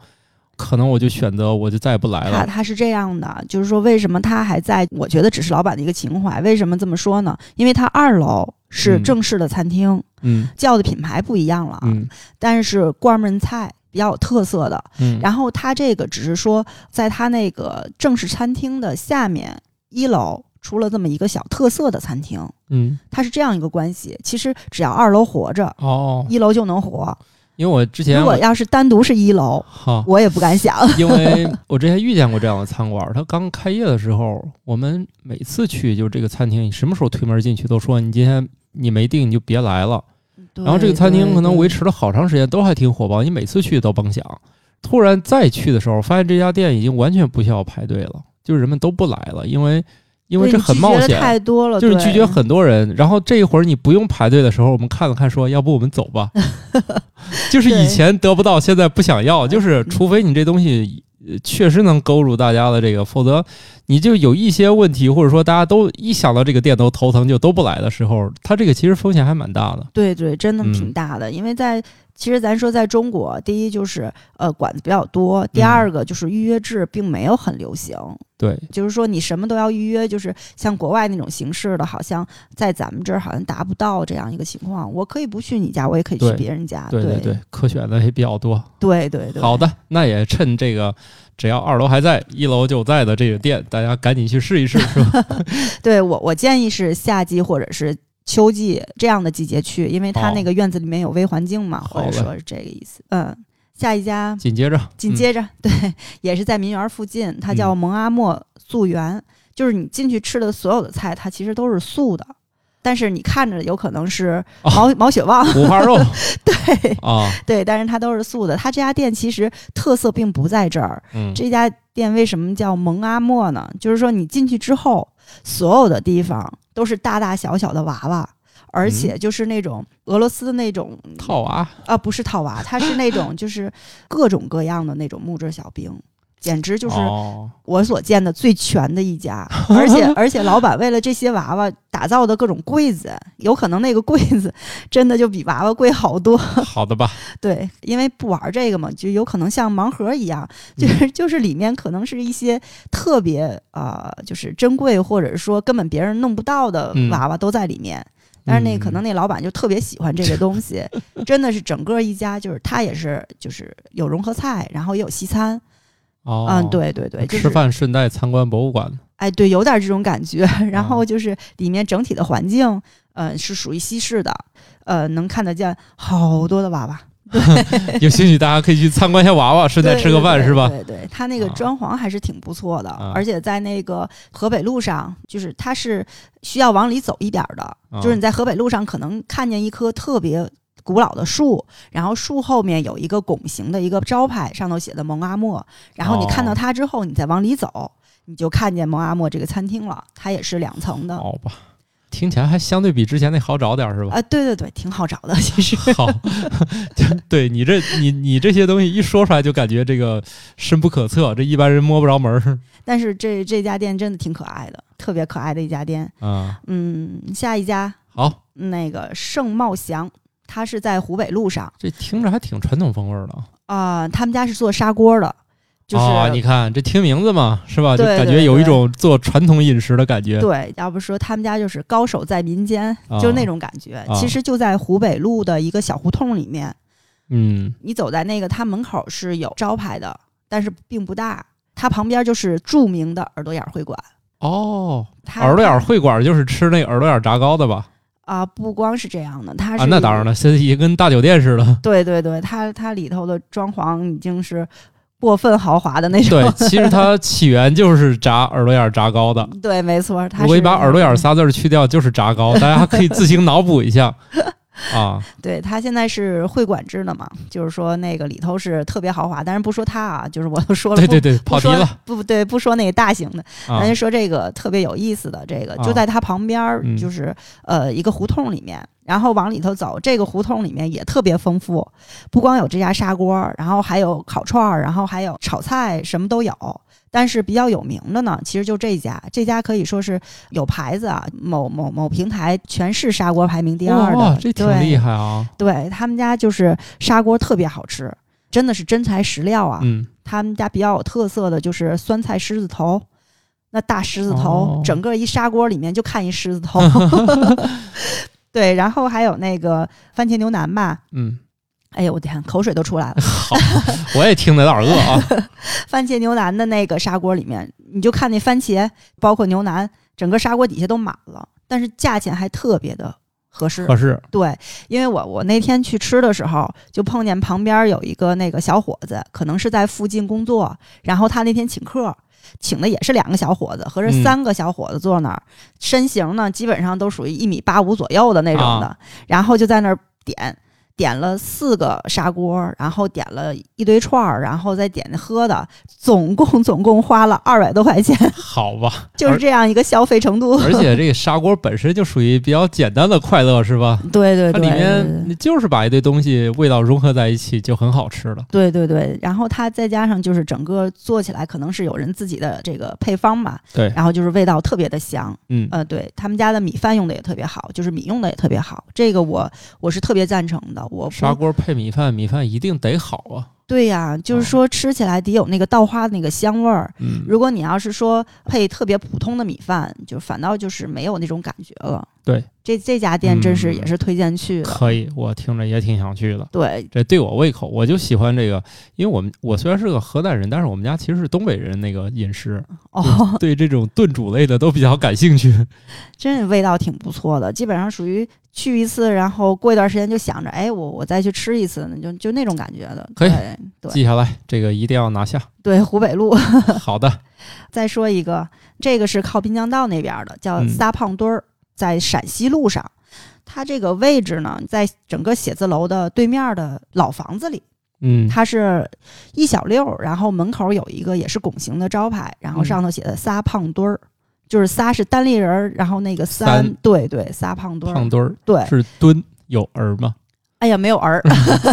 可能我就选择我就再也不来
他
了。
他是这样的，就是说为什么他还在？我觉得只是老板的一个情怀。为什么这么说呢？因为他二楼是
嗯
正式的餐厅，
嗯
叫的品牌不一样了啊，
嗯
但是关门菜比较有特色的，
嗯，
然后它这个只是说，在它那个正式餐厅的下面一楼出了这么一个小特色的餐厅，
嗯
它是这样一个关系。其实只要二楼活着，
哦，啊
一楼就能活。
因为我之前
如果要是单独是一楼，
好，
我也不敢想。
因为我之前遇见过这样的餐馆，它刚开业的时候，我们每次去就是这个餐厅，你什么时候推门进去都说你今天你没定你就别来了。然后这个餐厅可能维持了好长时间，都还挺火爆，你每次去都甭想。突然再去的时候，发现这家店已经完全不需要排队了，就是人们都不来了，因为因为
对
这很冒
拒绝的
险，
太多了，
就是
哦对
拒绝。很多人。然后这一会儿你不用排队的时候，我们看了看说，要不我们走
(laughs)
吧。就是以前得不到，现在不想要，就是
嗯
除非你这东西。呃确实能勾住大家的这个，否则你就有一些问题，或者说大家都一想到这个店都头疼，就都不来的时候，它这个其实风险还蛮大的。
对对，真的
嗯
挺大的，因为在。其实咱说，在中国，第一就是呃馆子比较多，第
嗯
二个就是预约制并没有很流行，
对，
就是说你什么都要预约，就是像国外那种形式的，好像在咱们这儿好像达不到这样一个情况。我可以不去你家，我也可以去
对
别人家。
对
啊对
对，可选的也比较多。
对对对
好的，那也趁这个，只要二楼还在，一楼就在的这个店，大家赶紧去试一试，是
(laughs)
吧？
对我我建议是夏季或者是秋季这样的季节去，因为它
哦
那个院子里面有微环境嘛，
好
或者
嘞嗯
说是这个意思。嗯，下一家
紧接着，
紧接着、对，也是在民园附近，它
嗯
叫蒙阿莫素园，就是你进去吃的所有的菜，它其实都是素的。但是你看着有可能是
哦
毛、毛血旺， (laughs)
嗯、五花肉
对，
啊，
对，但是它都是素的。它这家店其实特色并不在这儿。
嗯，
这家店为什么叫蒙阿莫呢？就是说你进去之后，所有的地方都是大大小小的娃娃，而且就是那种俄罗斯的那种
套娃
啊，不是套娃，它是那种就是各种各样的那种木质小兵。简直就是 (laughs)
哦，
我所见的最全的一家，而且而且老板为了这些娃娃打造的各种柜子，有可能那个柜子真的就比娃娃贵好多。
好的吧，
对，因为不玩这个嘛，就有可能像盲盒一样，
嗯
就是、就是里面可能是一些特别啊、呃就是珍贵或者说根本别人弄不到的
嗯
娃娃都在里面。但是那可能那老板就特别喜欢这个
(laughs)
东西，真的是整个一家就是他也是就是有融合菜，然后也有西餐，
哦，
嗯，，对对对，就是
吃饭顺带参观博物馆， (laughs)
哎，对，有点这种感觉。然后
啊
就是里面整体的环境，嗯、是属于西式的，呃，能看得见好多的娃娃，
有兴趣大家可以去参观一下娃娃，顺带
对
吃个
对
饭
对
是吧？
对对，它那个
啊
装潢还是挺不错的，
啊
而且在那个河北路上，就是它是需要往里走一点儿的，
啊
就是你在河北路上可能看见一棵特别。古老的树，然后树后面有一个拱形的一个招牌，上头写的蒙阿莫。然后你看到
哦
它之后，你再往里走，你就看见蒙阿莫这个餐厅了。它也是两层的啊、
好吧，听起来还相对比之前那好找点儿哦是吧？
(laughs) 呃对对对，挺好找的。其实 (laughs)
好， (laughs) 对你这你你这些东西一说出来就感觉这个深不可测，这一般人摸不着门儿
但是这这家店真的挺可爱的，特别可爱的一家店。
啊。
嗯，下一家
好，
那个盛茂祥，他是在湖北路上
这听着还挺传统风味儿的啊。
啊、他们家是做砂锅的，就是、
哦，你看这听名字嘛，是吧？就
对
感
对
觉有一
对
种做传统饮食的感觉。
对，要不说他们家就是高
哦
手在民间，就是那种感觉。
啊
其实就在湖北路的一个小胡同里面，
嗯
你走在那个它门口是有招牌的，但是并不大。它旁边就是著名的耳朵眼儿会馆。
哦，
它
耳朵眼儿会馆就是吃那耳朵眼儿炸糕的吧？
啊、不光是这样的，它是、
啊，那当然。了，现在也跟大酒店似的。
对对对，它它里头的装潢已经是过分豪华的那种。 (laughs)
对，其实它起源就是炸耳朵眼儿炸糕的。
对，没错，它
如果
是嗯
你把“耳朵眼”仨字儿去掉，就是炸糕。大家可以自行脑补一
(laughs)
下啊。
对，它现在是会馆制的
嗯
嘛，就是说那个里头是特别豪华，当然不说它啊，就是我都说了，
对
不
对对，
不
跑题
说
了
不对，不说那个大型的，
啊
咱就说这个特别有意思的这个，
啊
就在它旁边儿
嗯，
就是、呃一个胡同里面，然后往里头走，这个胡同里面也特别丰富，不光有这家砂锅，然后还有烤串儿，然后还有炒菜，什么都有。但是比较有名的呢，其实就这家，这家可以说是有牌子啊，某某某平台全市砂锅排名第二的，
哇，这挺
对
厉害啊。
对他们家就是砂锅特别好吃，真的是真材实料啊。
嗯，
他们家比较有特色的就是酸菜狮子头，那大狮子头，
哦
整个一砂锅里面就看一狮
(laughs)
子头。 (laughs) 对，然后还有那个番茄牛腩吧，
嗯，
哎呦我天，口水都
(laughs)
出来了。
好，我也听得有点饿啊。
番茄牛腩的那个砂锅里面，你就看那番茄，包括牛腩，整个砂锅底下都满了，但是价钱还特别的合适。
可
(laughs)
是，
对，因为我我那天去吃的时候，就碰见旁边有一个那个小伙子，可能是在附近工作，然后他那天请客，请的也是两个小伙子，合着
嗯
三个小伙子坐那儿，身形呢基本上都属于一米八五左右的那种的，
啊
然后就在那儿点。点了四个砂锅，然后点了一堆串儿，然后再点喝的，总共总共花了二百多块钱， (laughs)
好吧，
就是
而
这样一个消费程度。
而且这个砂锅本身就属于比较简单的快乐，是吧？
(laughs) 对对对，
它里
对对对
面就是把一堆东西味道融合在一起，就很好吃了。
对对对，然后它再加上就是整个做起来可能是有人自己的这个配方嘛，
对
然后就是味道特别的香，
嗯，
呃，对他们家的米饭用的也特别好，就是米用的也特别好，这个我我是特别赞成的，我
砂
不
锅配米饭，米饭一定得好啊。
对呀、就是说吃起来得有那个稻花的那个香味儿。
嗯，
如果你要是说配特别普通的米饭，就反倒就是没有那种感觉了。
对，
这这家店真是也
嗯
是推荐去的。
可以，我听着也挺想去的。
对，
这对我胃口，我就喜欢这个，因为我们我虽然是个河南人，但是我们家其实是东北人那个饮食，
哦，
对这种炖煮类的都比较感兴趣。
真是味道挺不错的，基本上属于去一次，然后过一段时间就想着，哎，我我再去吃一次呢，就就那种感觉的。
可以
对对
记下来，这个一定要拿下。
(laughs) 对，湖北路。
好的，
再说一个，这个是靠滨江道那边的，叫
嗯
撒胖墩儿，在陕西路上。它这个位置呢，在整个写字楼的对面的老房子里，
嗯，
它是一小溜儿，然后门口有一个也是拱形的招牌，
嗯
然后上头写的“撒胖墩儿”，就是“撒”是单立人儿，然后那个“三”，
三
对对，撒胖墩儿，
胖墩儿
对，
是蹲有儿
(laughs)
吗？
哎呀，没有
(laughs)
儿，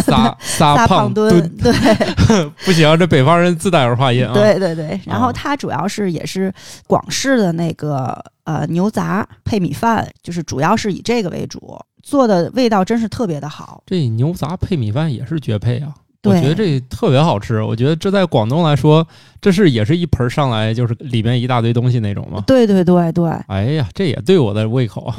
撒撒
撒
啊胖
墩，，对
(laughs) 不行，这北方人自带儿化音啊。，
对对对。然
啊
后它主要是也是广式的那个呃牛杂配米饭，就是主要是以这个为主，做的味道真是特别的好。
这牛杂配米饭也是绝配啊。我
对
觉得这特别好吃，我觉得这在广东来说，这是也是一盆儿上来就是里面一大堆东西那种吗？
(laughs) 对对对对，
哎呀，这也对我的胃口
(laughs)
啊。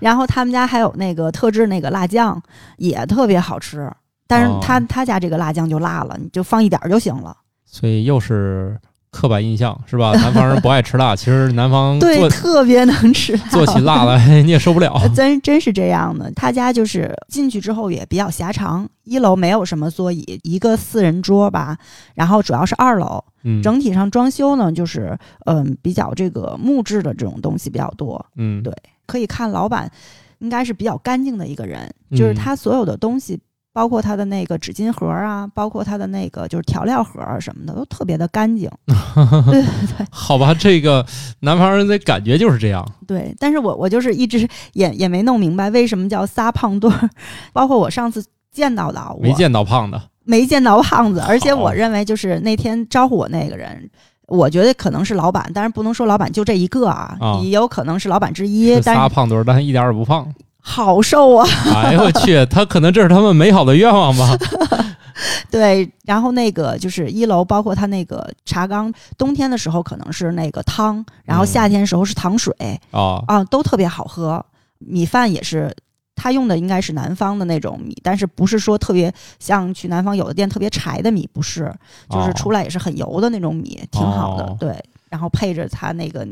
然后他们家还有那个特制那个辣酱，也特别好吃。但
哦
是他他家这个辣酱就辣了，你就放一点儿就行了。
所以又是刻板印象是吧？南方人不爱吃辣，其实南方
(laughs)
嗯
对，
做
特别能吃辣。
做起辣
(laughs)
来你也受不了。
呃真真是这样的，他家就是进去之后也比较狭长，一楼没有什么座椅，一个四人桌吧，然后主要是二楼，
嗯，
整体上装修呢就是嗯比较这个木质的这种东西比较多，
嗯，
对可以看老板应该是比较干净的一个人，就是
嗯
他所有的东西。包括他的那个纸巾盒啊，包括他的那个就是调料盒啊什么的，都特别的干净。对对
好吧，这个南方人的感觉就是这样。
对，但是我我就是一直也也没弄明白为什么叫仨胖墩儿， (laughs) 包括我上次见到的啊，我
没见到胖的，
没见到胖子，而且我
好
认为就是那天招呼我那个人。我觉得可能是老板，但是不能说老板就这一个啊，
啊
也有可能是老板之一
是，仨
但是
胖墩儿，但一点儿也不
(laughs)
胖。
好瘦啊， (laughs)
哎呦我去，他可能这是他们美好的愿望吧？
对。然后那个就是一楼，包括他那个茶缸，冬天的时候可能是那个汤，然后
嗯
夏天的时候是糖水、
啊，
啊，都特别好喝。米饭也是他用的应该是南方的那种米，但是不是说特别像去南方有的店特别柴的米，不是，就是出
来
来也是很油的那种米，挺好的
哦，
对。然后配着它那个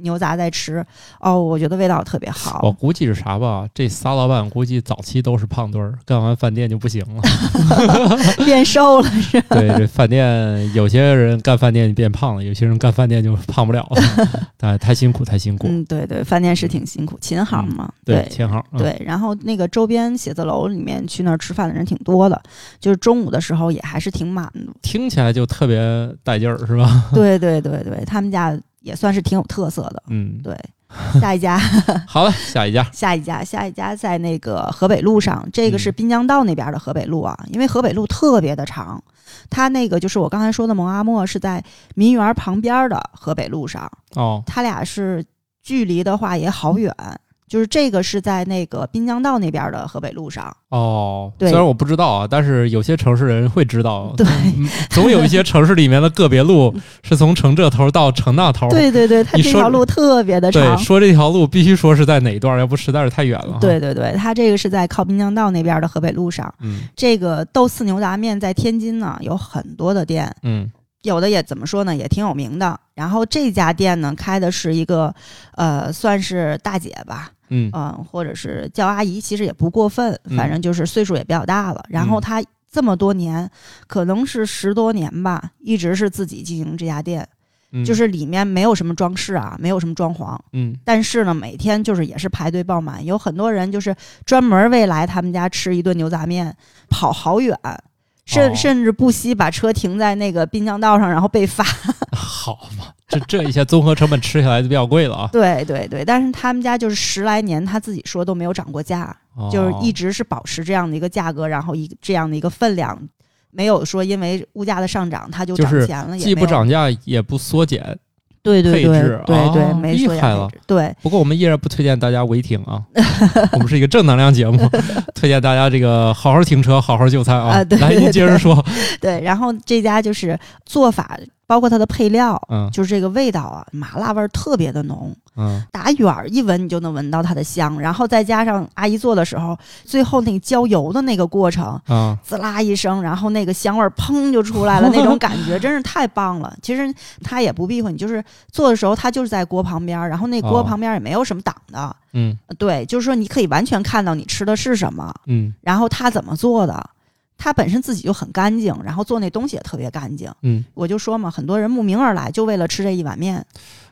牛杂再吃，哦，我觉得味道特别
我
好。
哦估计是啥吧？这仨老板估计早期都是胖墩儿，干完饭店就不行
(laughs)
了。
变瘦了是吧？
对，这饭店有些人干饭店变胖了，有些人干饭店就胖不了
(laughs)
了。但太辛苦，太辛苦。
嗯，对对，饭店是挺辛苦，琴行
嗯
嘛，
对，签行。嗯，
对，然后那个周边写字楼里面去那儿吃饭的人挺多的，就是中午的时候也还是挺满
(laughs)
的。
听起来就特别带劲儿，是吧？
对对对对，他们家也算是挺有特色的。
嗯， (laughs)
对，下一家，
好了，下一家。
下一家，下一家在那个河北路上，
嗯
这个是滨江道那边的河北路啊，因为河北路特别的长，它那个就是我刚才说的蒙阿莫是在民园旁边的河北路上，
哦，
它俩是距离的话也好远，就是这个是在那个滨江道那边的河北路上，
哦，
对
虽然我不知道啊，但是有些城市人会知道，
对。
嗯总有一些城市里面的个别
(laughs)
路是从城这头到城那头。
对对对，
哦
它
你
这
说
条路特别的
对啊
长。
说这条路必须说是在哪一段，要不实在是太远了。，
对对对，它这个是在靠滨江道那边的河北路上。
嗯
这个豆豉牛杂面在天津呢有很多的店，
嗯，
有的也怎么说呢，也挺有名的。然后这家店呢开的是一个，呃，算是大姐吧，
嗯，
嗯、或者是叫阿姨，其实也不过分，
嗯
反正就是岁数也比较大了。然后
嗯
她这么多年，可能是十多年吧，一直是自己经营这家店，
嗯
就是里面没有什么装饰啊，没有什么装潢。
嗯
但是呢，每天就是也是排队爆满，有很多人就是专门为来他们家吃一顿牛杂面，跑好远，甚、
哦
甚至不惜把车停在那个滨江道上，然后被罚。
好嘛，这这一下综合成本吃下来就比较贵了啊。
对对对，但是他们家就是十来年，他自己说都没有涨过价，
哦
就是一直是保持这样的一个价格，然后一这样的一个分量。没有说因为物价的上涨，它就
就
涨
是
钱了，也
既不
没有
涨，价也不缩减。
对对
配
对
置
对对，
哦
没
厉
说
害
呀，
了
配置对，
不过我们依然不推荐大家违停啊， (laughs) 我们是一个正能量节目， (laughs) 推荐大家这个好好停车，好好就餐啊。
啊对
来，
对
您接着
对
说。
对，然后这家就是做法，包括它的配料，
嗯
就是这个味道啊，麻辣味儿特别的浓，
嗯，
打远儿一闻你就能闻到它的香，然后再加上阿姨做的时候，最后那个浇油的那个过程。
啊，
滋啦一声，然后那个香味儿砰就出来了，那种感
(laughs)
觉真是太棒了。其实它也不避讳，你就是做的时候，它就是在锅旁边儿，然后那
哦
锅旁边儿也没有什么挡的，
嗯
对，就是说你可以完全看到你吃的是什么。
嗯
然后他怎么做的？他本身自己就很干净，然后做那东西也特别干净。
嗯，
我就说嘛，很多人慕名而来，就为了吃这一碗面。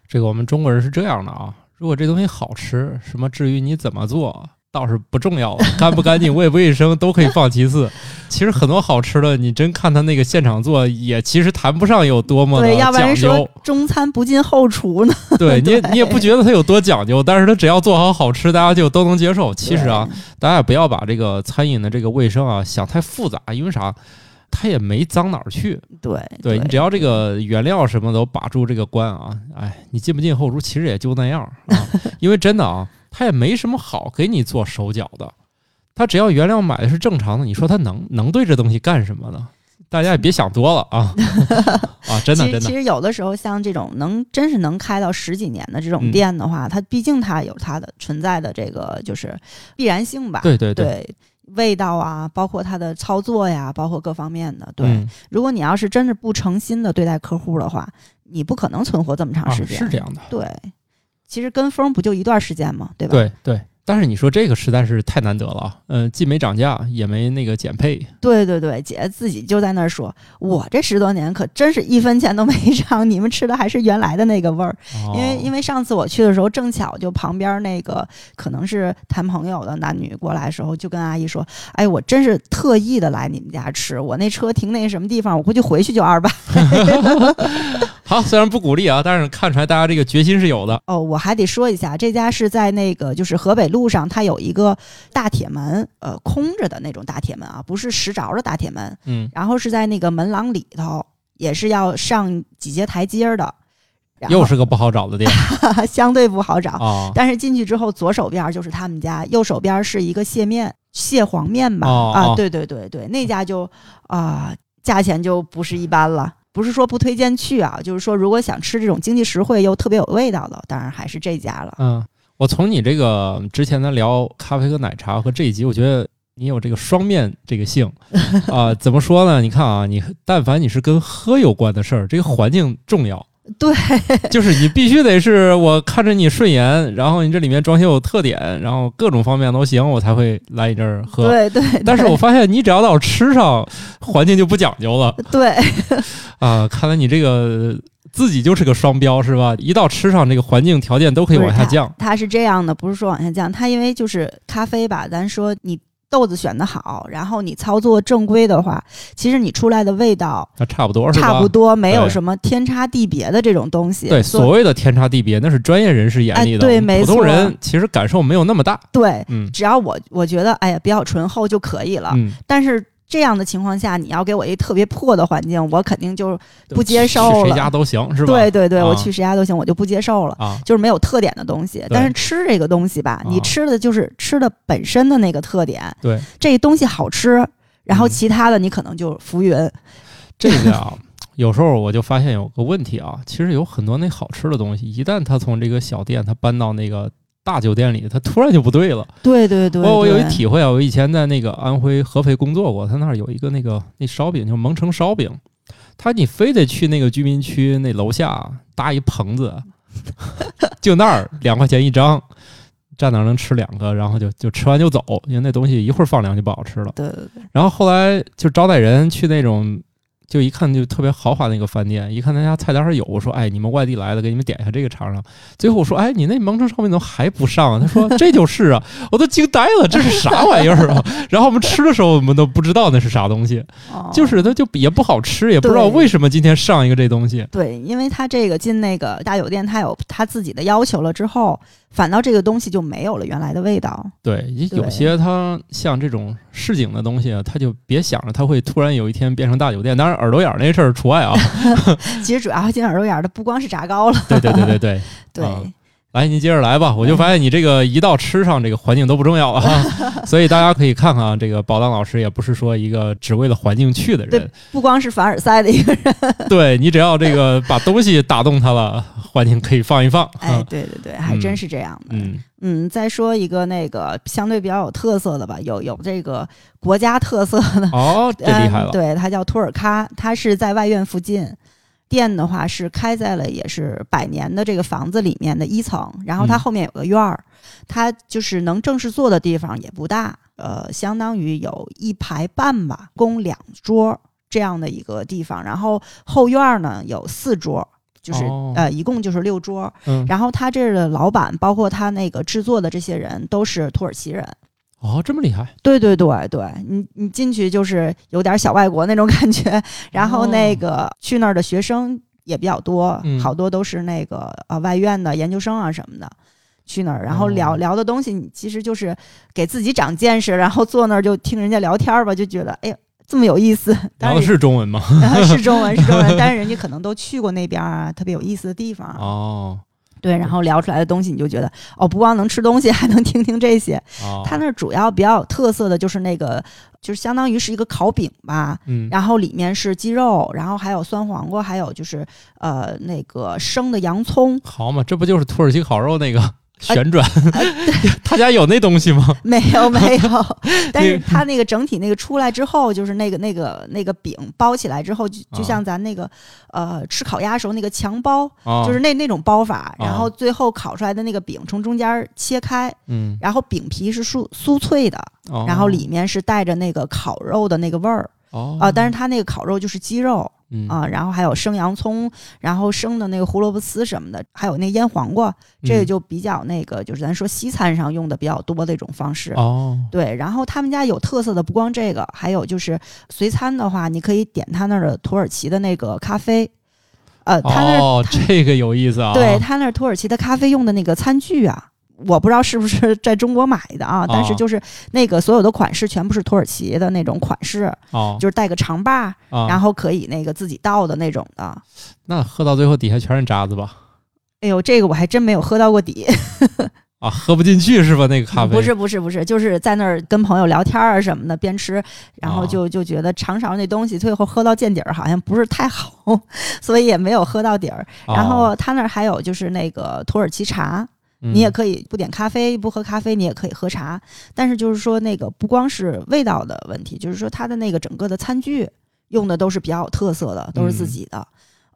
这个我们中国人是这样的啊，如果这东西好吃，什么至于你怎么做倒是不重要了，干不干净、卫不卫生都可以放其次。其实很多好吃的，你真看他那个现场做，也其实谈不上有多么的
对，要不然
讲
说
究。
中餐不进后厨呢。 (laughs)
对你也
对
你也不觉得它有多讲究，但是它只要做好好吃，大家就都能接受。其实啊，大家也不要把这个餐饮的这个卫生啊想太复杂，因为啥？它也没脏哪儿去，
对，
对你只要这个原料什么都把住这个关啊，哎，你进不进后厨其实也就那样
(laughs)
啊，因为真的啊，他也没什么好给你做手脚的，他只要原料买的是正常的，你说他能能对这东西干什么呢？大家也别想多了
(laughs)
啊啊，真的
其实
真
其
的，
实有的时候像这种能真是能开到十几年的这
嗯
种店的话，它毕竟它有它的存在的这个就是必然性吧。
对对
啊对。，味道啊，包括它的操作呀，包括各方面的，对。
嗯
如果你要是真是不诚心的对待客户的话，你不可能存活这么长
啊
时间。
是这样的，
对，其实跟风不就一段时间嘛，对吧？
对对。但是你说这个实在是太难得了啊，嗯、既没涨价，也没那个减配，
对对对姐自己就在那儿说，我这十多年可真是一分钱都没涨，你们吃的还是原来的那个味儿。因为因
为
为上次我去的时候，正巧就旁边那个可能是谈朋友的男女过来的时候，就跟阿姨说：“哎，我真是特意的来你们家吃，我那车停那什么地方，我估计回去就二百。
好，虽然不鼓励啊，但是看出来大家这个决心是有的。”
(laughs) 哦，我还得说一下，这家是在那个就是河北路上，它有一个大铁门，呃，空着的那种大铁门啊，不是实着的大铁门，
嗯，
然后是在那个门廊里头，也是要上几节台阶儿的，然
又
后
是个不好找
(laughs)
的店
相对不好找。
啊。
但是进去之后，左手边就是他们家，右手边是一个蟹面蟹黄面吧？
哦哦
啊，对对对对，那家就啊、价钱就不是一般了。不是说不推荐去啊，就是说如果想吃这种经济实惠又特别有味道的，当然还是这家了。
嗯，我从你这个之前咱聊咖啡和奶茶和这一集，我觉得你有这个双面这个
(laughs)
性啊、怎么说呢？你看啊，你但凡你是跟喝有关的事儿，这个环境重要。
对，
就是你必须得是我看着你顺眼，然后你这里面装修有特点，然后各种方面都行，我才会来你这儿喝。
对对对，
但是我发现你只要到吃上，环境就不讲究了
对呃
啊、看来你这个自己就是个双标是吧？一到吃上，这个环境条件都可以往下降。
它是这样的，不是说往下降，它因为就是咖啡吧，咱说你豆子选的好，然后你操作正规的话，其实你出来的味道
那差不多是吧？
差不多，没有
对
什么天差地别的这种东西。
对，
所以
所谓的天差地别，那是专业人士眼里的，
哎对没
普通
错
人其实感受没有那么大。
对，
嗯
只要我我觉得哎呀比较醇厚就可以了，
嗯，
但是。这样的情况下，你要给我一特别破的环境，我肯定就不接受
去
了
谁家都行是吧？
对对对，
啊
我去谁家都行，我就不接受了。
(laughs) 啊，
就是没有特点的东西，但是吃这个东西吧，你
啊
吃的就是吃的本身的那个特点，
对
这东西好吃，然后
嗯
其他的你可能就浮云。
这个啊。有时候我就发现有个问题啊，其实有很多那好吃的东西，一旦他从这个小店他搬到那个大酒店里，他突然就不对了。
对对对
我我有一，体会啊，我以前在那个安徽合肥工作过，他那儿有一个那个那烧饼叫蒙城烧饼，他你非得去那个居民区那楼下搭一棚子， (laughs) 就那儿两块钱一张，站那儿能吃两个，然后就就吃完就走，因为那东西一会儿放凉就不好吃了。
对对对，
然后后来就招待人去那种，就一看就特别豪华那个饭店，一看他家菜单上有，我说：“哎，你们外地来的，给你们点一下这个尝尝。”最后我说：“哎，你那蒙城烧饼怎么还不上啊？”他说：“这就是啊，我都惊呆了， (laughs) 这是啥玩意儿啊？”然后我们吃的时候，我们都不知道那是啥东西，
哦
就是它就也不好吃，也不知道为什么今天上一个这东西。
对，因为他这个进那个大酒店，他有他自己的要求了之后，反倒这个东西就没有了原来的味道。
(laughs) 对，有些它像这种市井的东西啊，它就别想着它会突然有一天变成大酒店，当然耳朵眼儿那事儿除外啊。
其实主要进耳朵眼儿的不光是炸糕了，
对对对对对。
对、
啊来，您接着来吧。
嗯
我就发现你这个一到吃上，这个环境都不重要
(laughs)
了哈，所以大家可以看看啊，这个宝当老师也不是说一个只为了环境去的人，
不光是凡尔赛的一个人，
(laughs) 对你只要这个把东西打动他了， (laughs) 环境可以放一放。
哎，
啊
对对对，还真是这样的。
嗯，
嗯，再说一个那个相对比较有特色的吧，有有这个国家特色的，
哦，这厉害
嗯
了，
对，它叫托尔咖，它是在外院附近。店的话是开在了也是百年的这个房子里面的一层，然后它
嗯
后面有个院儿，它就是能正式坐的地方也不大，呃，相当于有一排半吧，供两桌这样的一个地方，然后后院儿呢有四桌，就是、
哦
呃一共就是六桌，
嗯，
然后他这儿的老板，包括他那个制作的这些人，都是土耳其人。
哦，这么厉害，
对对对对，你你进去就是有点小外国那种感觉。然后那个去那儿的学生也比较多，
哦嗯
好多都是那个呃外院的研究生啊什么的。去那儿，然后聊、
哦
聊的东西，你其实就是给自己长见识，然后坐那儿就听人家聊天儿吧，就觉得哎呀这么有意思。
聊
当
的
然
是中文
(laughs)
吗？
是中文是
(laughs)
中文，但是人家可能都去过那边儿啊，特别有意思的地方啊。
哦，
对，然后聊出来的东西，你就觉得哦，不光能吃东西，还能听听这些。
哦，
它那儿主要比较有特色的就是那个，就是相当于是一个烤饼吧，
嗯，，
然后里面是鸡肉，然后还有酸黄瓜，还有就是呃那个生的洋葱
好嘛，这不就是土耳其烤肉那个旋转？
呃
(laughs) 他家有那东西吗？
没有没
(laughs)
有，但是
那
它那个整体那个出来之后，就是那个那个那个饼包起来之后，就就
啊
像咱那个呃吃烤鸭时候那个强包，
啊，
就是那那种包法，然
啊
后最后烤出来的那个饼从中间儿切开，
嗯，
然后饼皮是酥酥脆的，
哦
然后里面是带着那个烤肉的那个味儿
哦
啊、但是它那个烤肉就是鸡肉
嗯
啊、然后还有生洋葱，然后生的那个胡萝卜丝什么的，还有那腌黄瓜，这个
嗯
就比较那个，就是咱说西餐上用的比较多的一种方式。
哦，
对，然后他们家有特色的不光这个，还有就是随餐的话，你可以点他那儿的土耳其的那个咖啡，呃，他那儿
哦，这个有意思啊，
对他那儿土耳其的咖啡用的那个餐具啊，我不知道是不是在中国买的啊，但
哦
是就是那个所有的款式全部是土耳其的那种款式，
哦，
就是带个长把，
啊
然后可以那个自己倒的那种的。
那喝到最后底下全是渣子吧？
哎呦，这个我还真没有喝到过底，
啊，喝不进去是吧？那个
(laughs)
咖啡
嗯不是不是不是，就是在那儿跟朋友聊天啊什么的，边吃，然后就就觉得尝尝那东西，最后喝到见底儿好像 (laughs) 不是太好，所以也没有喝到底儿。然后
哦
他那儿还有就是那个土耳其茶，
嗯
你也可以不点咖啡，不喝咖啡，你也可以喝茶。但是就是说，那个不光是味道的问题，就是说它的那个整个的餐具用的都是比较有特色的，都是自己的。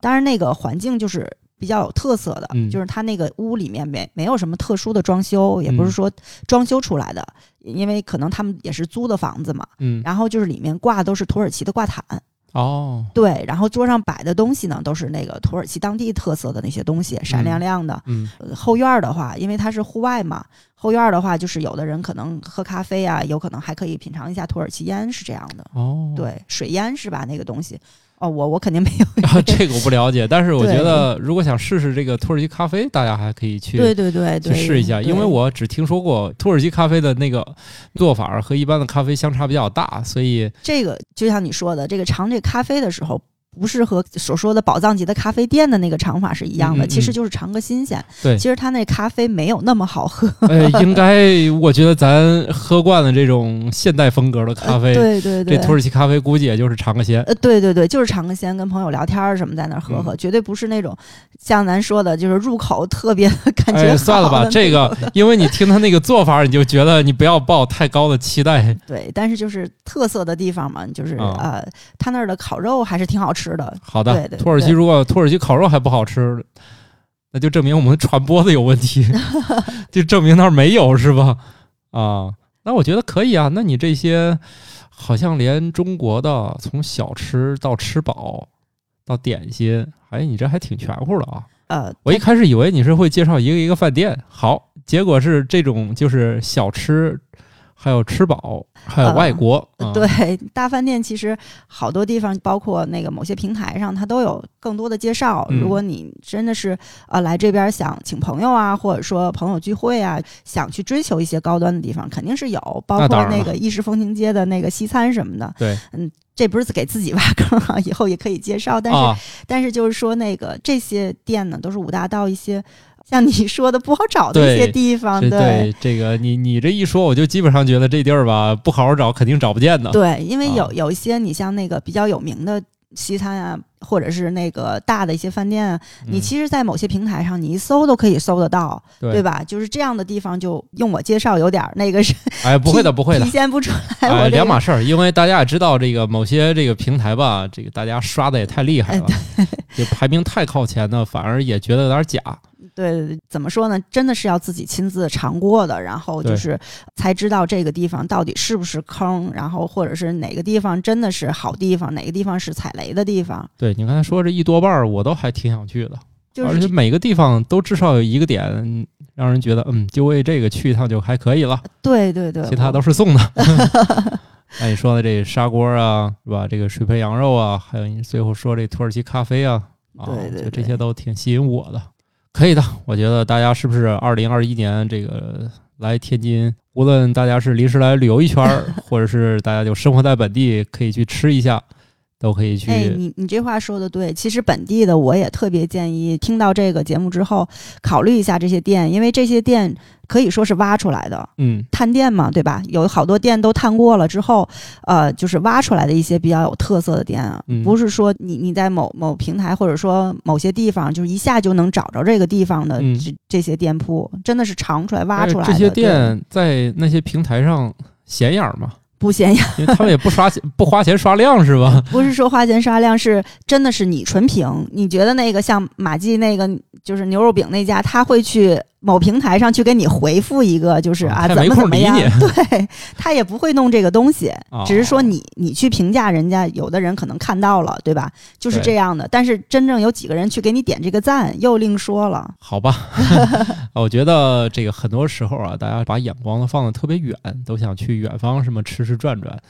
当然，那个环境就是比较有特色的，
嗯
就是它那个屋里面没没有什么特殊的装修，也
嗯
不是说装修出来的，因为可能他们也是租的房子嘛。
嗯，
然后就是里面挂都是土耳其的挂毯，
哦，
对，然后桌上摆的东西呢都是那个土耳其当地特色的那些东西，闪亮亮的。
嗯
呃后院儿的话，因为它是户外嘛，后院儿的话，就是有的人可能喝咖啡啊，有可能还可以品尝一下土耳其烟，是这样的。
哦，
对，水烟是吧？那个东西，哦，我我肯定没有。 (laughs)
然后啊这个我不了解，但是我觉得如果想试试这个土耳其咖啡，大家还可以去
对对对
去
对，
试一下，因为
对
我只听说过土耳其咖啡的那个做法儿和一般的咖啡相差比较大，所以
这个就像你说的，这个尝这咖啡的时候。不是和所说的宝藏级的咖啡店的那个尝法是一样的，
嗯嗯
其
嗯
实就是尝个新鲜。
对
其实它那咖啡没有那么好喝。 (laughs)
呃，应该我觉得咱喝惯了这种现代风格的咖啡，
(laughs) 对对对，
这土耳其咖啡估计也就是尝个鲜。
呃，对对对，就是尝个鲜，跟朋友聊天儿什么，在那儿喝
嗯
喝，绝对不是那种像咱说的，就是入口特别
(laughs)
感觉、
哎，算了吧，这个，因为你听他那个做法儿，你就觉得你不要抱太高的期待。
对，但是就是特色的地方嘛，就是、
啊
呃，他那儿的烤肉还是挺好吃的。
好的，
对对
土耳其
对
如果土耳其烤肉还不好吃，那就证明我们传播的有问
(laughs)
题，就证明那儿没有是吧？啊，那我觉得可以啊。那你这些好像连中国的从小吃到吃饱到点心，哎，你这还挺全乎的啊。
呃，
我一开始以为你是会介绍一个一个饭店，好，结果是这种就是小吃，还有吃饱，还有
呃
外国，啊
对，大饭店其实好多地方，包括那个某些平台上，它都有更多的介绍。
嗯
如果你真的是呃来这边想请朋友啊，或者说朋友聚会啊，想去追求一些高端的地方，肯定是有，包
那当
括
然
那
了
个意式风情街的那个西 (laughs) 餐什么的。
对
嗯，这不是给自己挖坑啊，以后也可以介绍。但是、
啊，
但是就是说，那个这些店呢，都是五大道一些像你说的不好找的
对
一些地方，
这
嗯对。
对这个你你这一说，我就基本上觉得这地儿吧，不好好找肯定找不见的。
对，因为有、
啊
有一些你像那个比较有名的西餐啊，或者是那个大的一些饭店啊，你
嗯
其实，在某些平台上你一搜都可以搜得到，
对
对？吧？就是这样的地方，就用我介绍有点儿那个是
哎，不会的，
体
不会的
(laughs) 体。现不出来我、这
哎，
个、
两码事儿，因为大家也知道这个某些这个平台吧，这个大家刷的也太厉害
哎
了，就排名太靠前的，反而也觉得有点假。
对对，对怎么说呢？真的是要自己亲自尝过的，然后
对
就是才知道这个地方到底是不是坑，然后或者是哪个地方真的是好地方，哪个地方是踩雷的地方。
对你刚才说这一多半儿，我都还挺想去的，
就
而且
是
每个地方都至少有一个点让人觉得，嗯，就为这个去一趟就还可以了，
对对啊对，哦
其他
我
都是送
(laughs)
的。那你说的这砂锅啊，是吧？这个水盆羊肉啊，还有你最后说这土耳其咖啡啊，啊，
对对
就这
对
些都挺吸引我的。可以的，我觉得大家是不是二零二一年这个来天津，无论大家是临时来旅游一圈
(laughs)
儿，或者是大家就生活在本地，可以去吃一下，都可以去。
哎，你你这话说的对，其实本地的我也特别建议，听到这个节目之后，考虑一下这些店，因为这些店可以说是挖出来的，
嗯，
探店嘛，对吧？有好多店都探过了之后，呃，就是挖出来的一些比较有特色的店啊，
嗯
不是说你你在某某平台或者说某些地方，就是一下就能找着这个地方的
嗯
这、这些店铺，真的是尝出来挖
但是
出来的。
这些
对
店在那些平台上显眼儿嘛，
不显眼，
因为他们也不刷钱，不花钱刷量是
(laughs)
吧？
不是说花钱刷量，是真的是你纯评。你觉得那个像马记那个就是牛肉饼那家，他会去某平台上去给你回复一个，就是
啊
啊
他
怎
也没
么
空
怎么
理
样
你，
(laughs) 对他也不会弄这个东西，
啊
只是说你你去评价人家，有的人可能看到了，对吧？就是
对
这样的。但是真正有几个人去给你点这个赞，又另说了。
好
(laughs)
吧，我觉得这个很多时候啊，大家把眼光都放得特别远，都想去远方什么吃吃转转。啊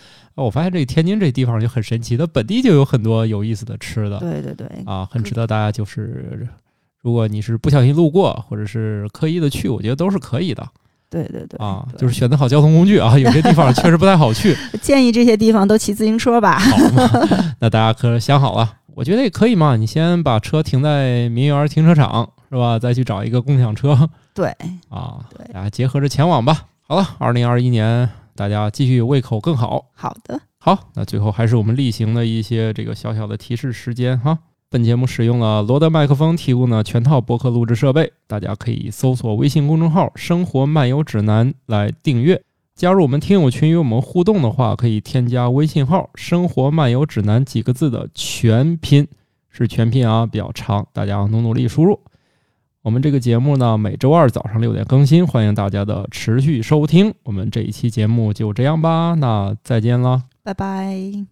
我发现这个天津这地方就很神奇，它本地就有很多有意思的吃的
对对对，
啊，很值得大家就是，如果你是不小心路过，或者是刻意的去，我觉得都是可以的
对对对
啊，
对
就是选择好交通工具啊，有些地方确实不太好去。
建议这些地方都骑自行车吧。 (laughs)
好嘛，那大家可想好了，我觉得也可以嘛。你先把车停在民园停车场是吧？再去找一个共享车
对，
啊，
对
大家结合着前往吧。好了，二零二一年大家继续胃口更好。
好的，
好，那最后还是我们例行的一些这个小小的提示时间哈。本节目使用了罗德麦克风提供的全套播客录制设备，大家可以搜索微信公众号“生活漫游指南”来订阅。加入我们听友群与我们互动的话，可以添加微信号“生活漫游指南”几个字的全拼，是全拼啊，比较长，大家要努努力输入。我们这个节目呢，每周二早上六点更新，欢迎大家的持续收听。我们这一期节目就这样吧，那再见啦。
拜拜。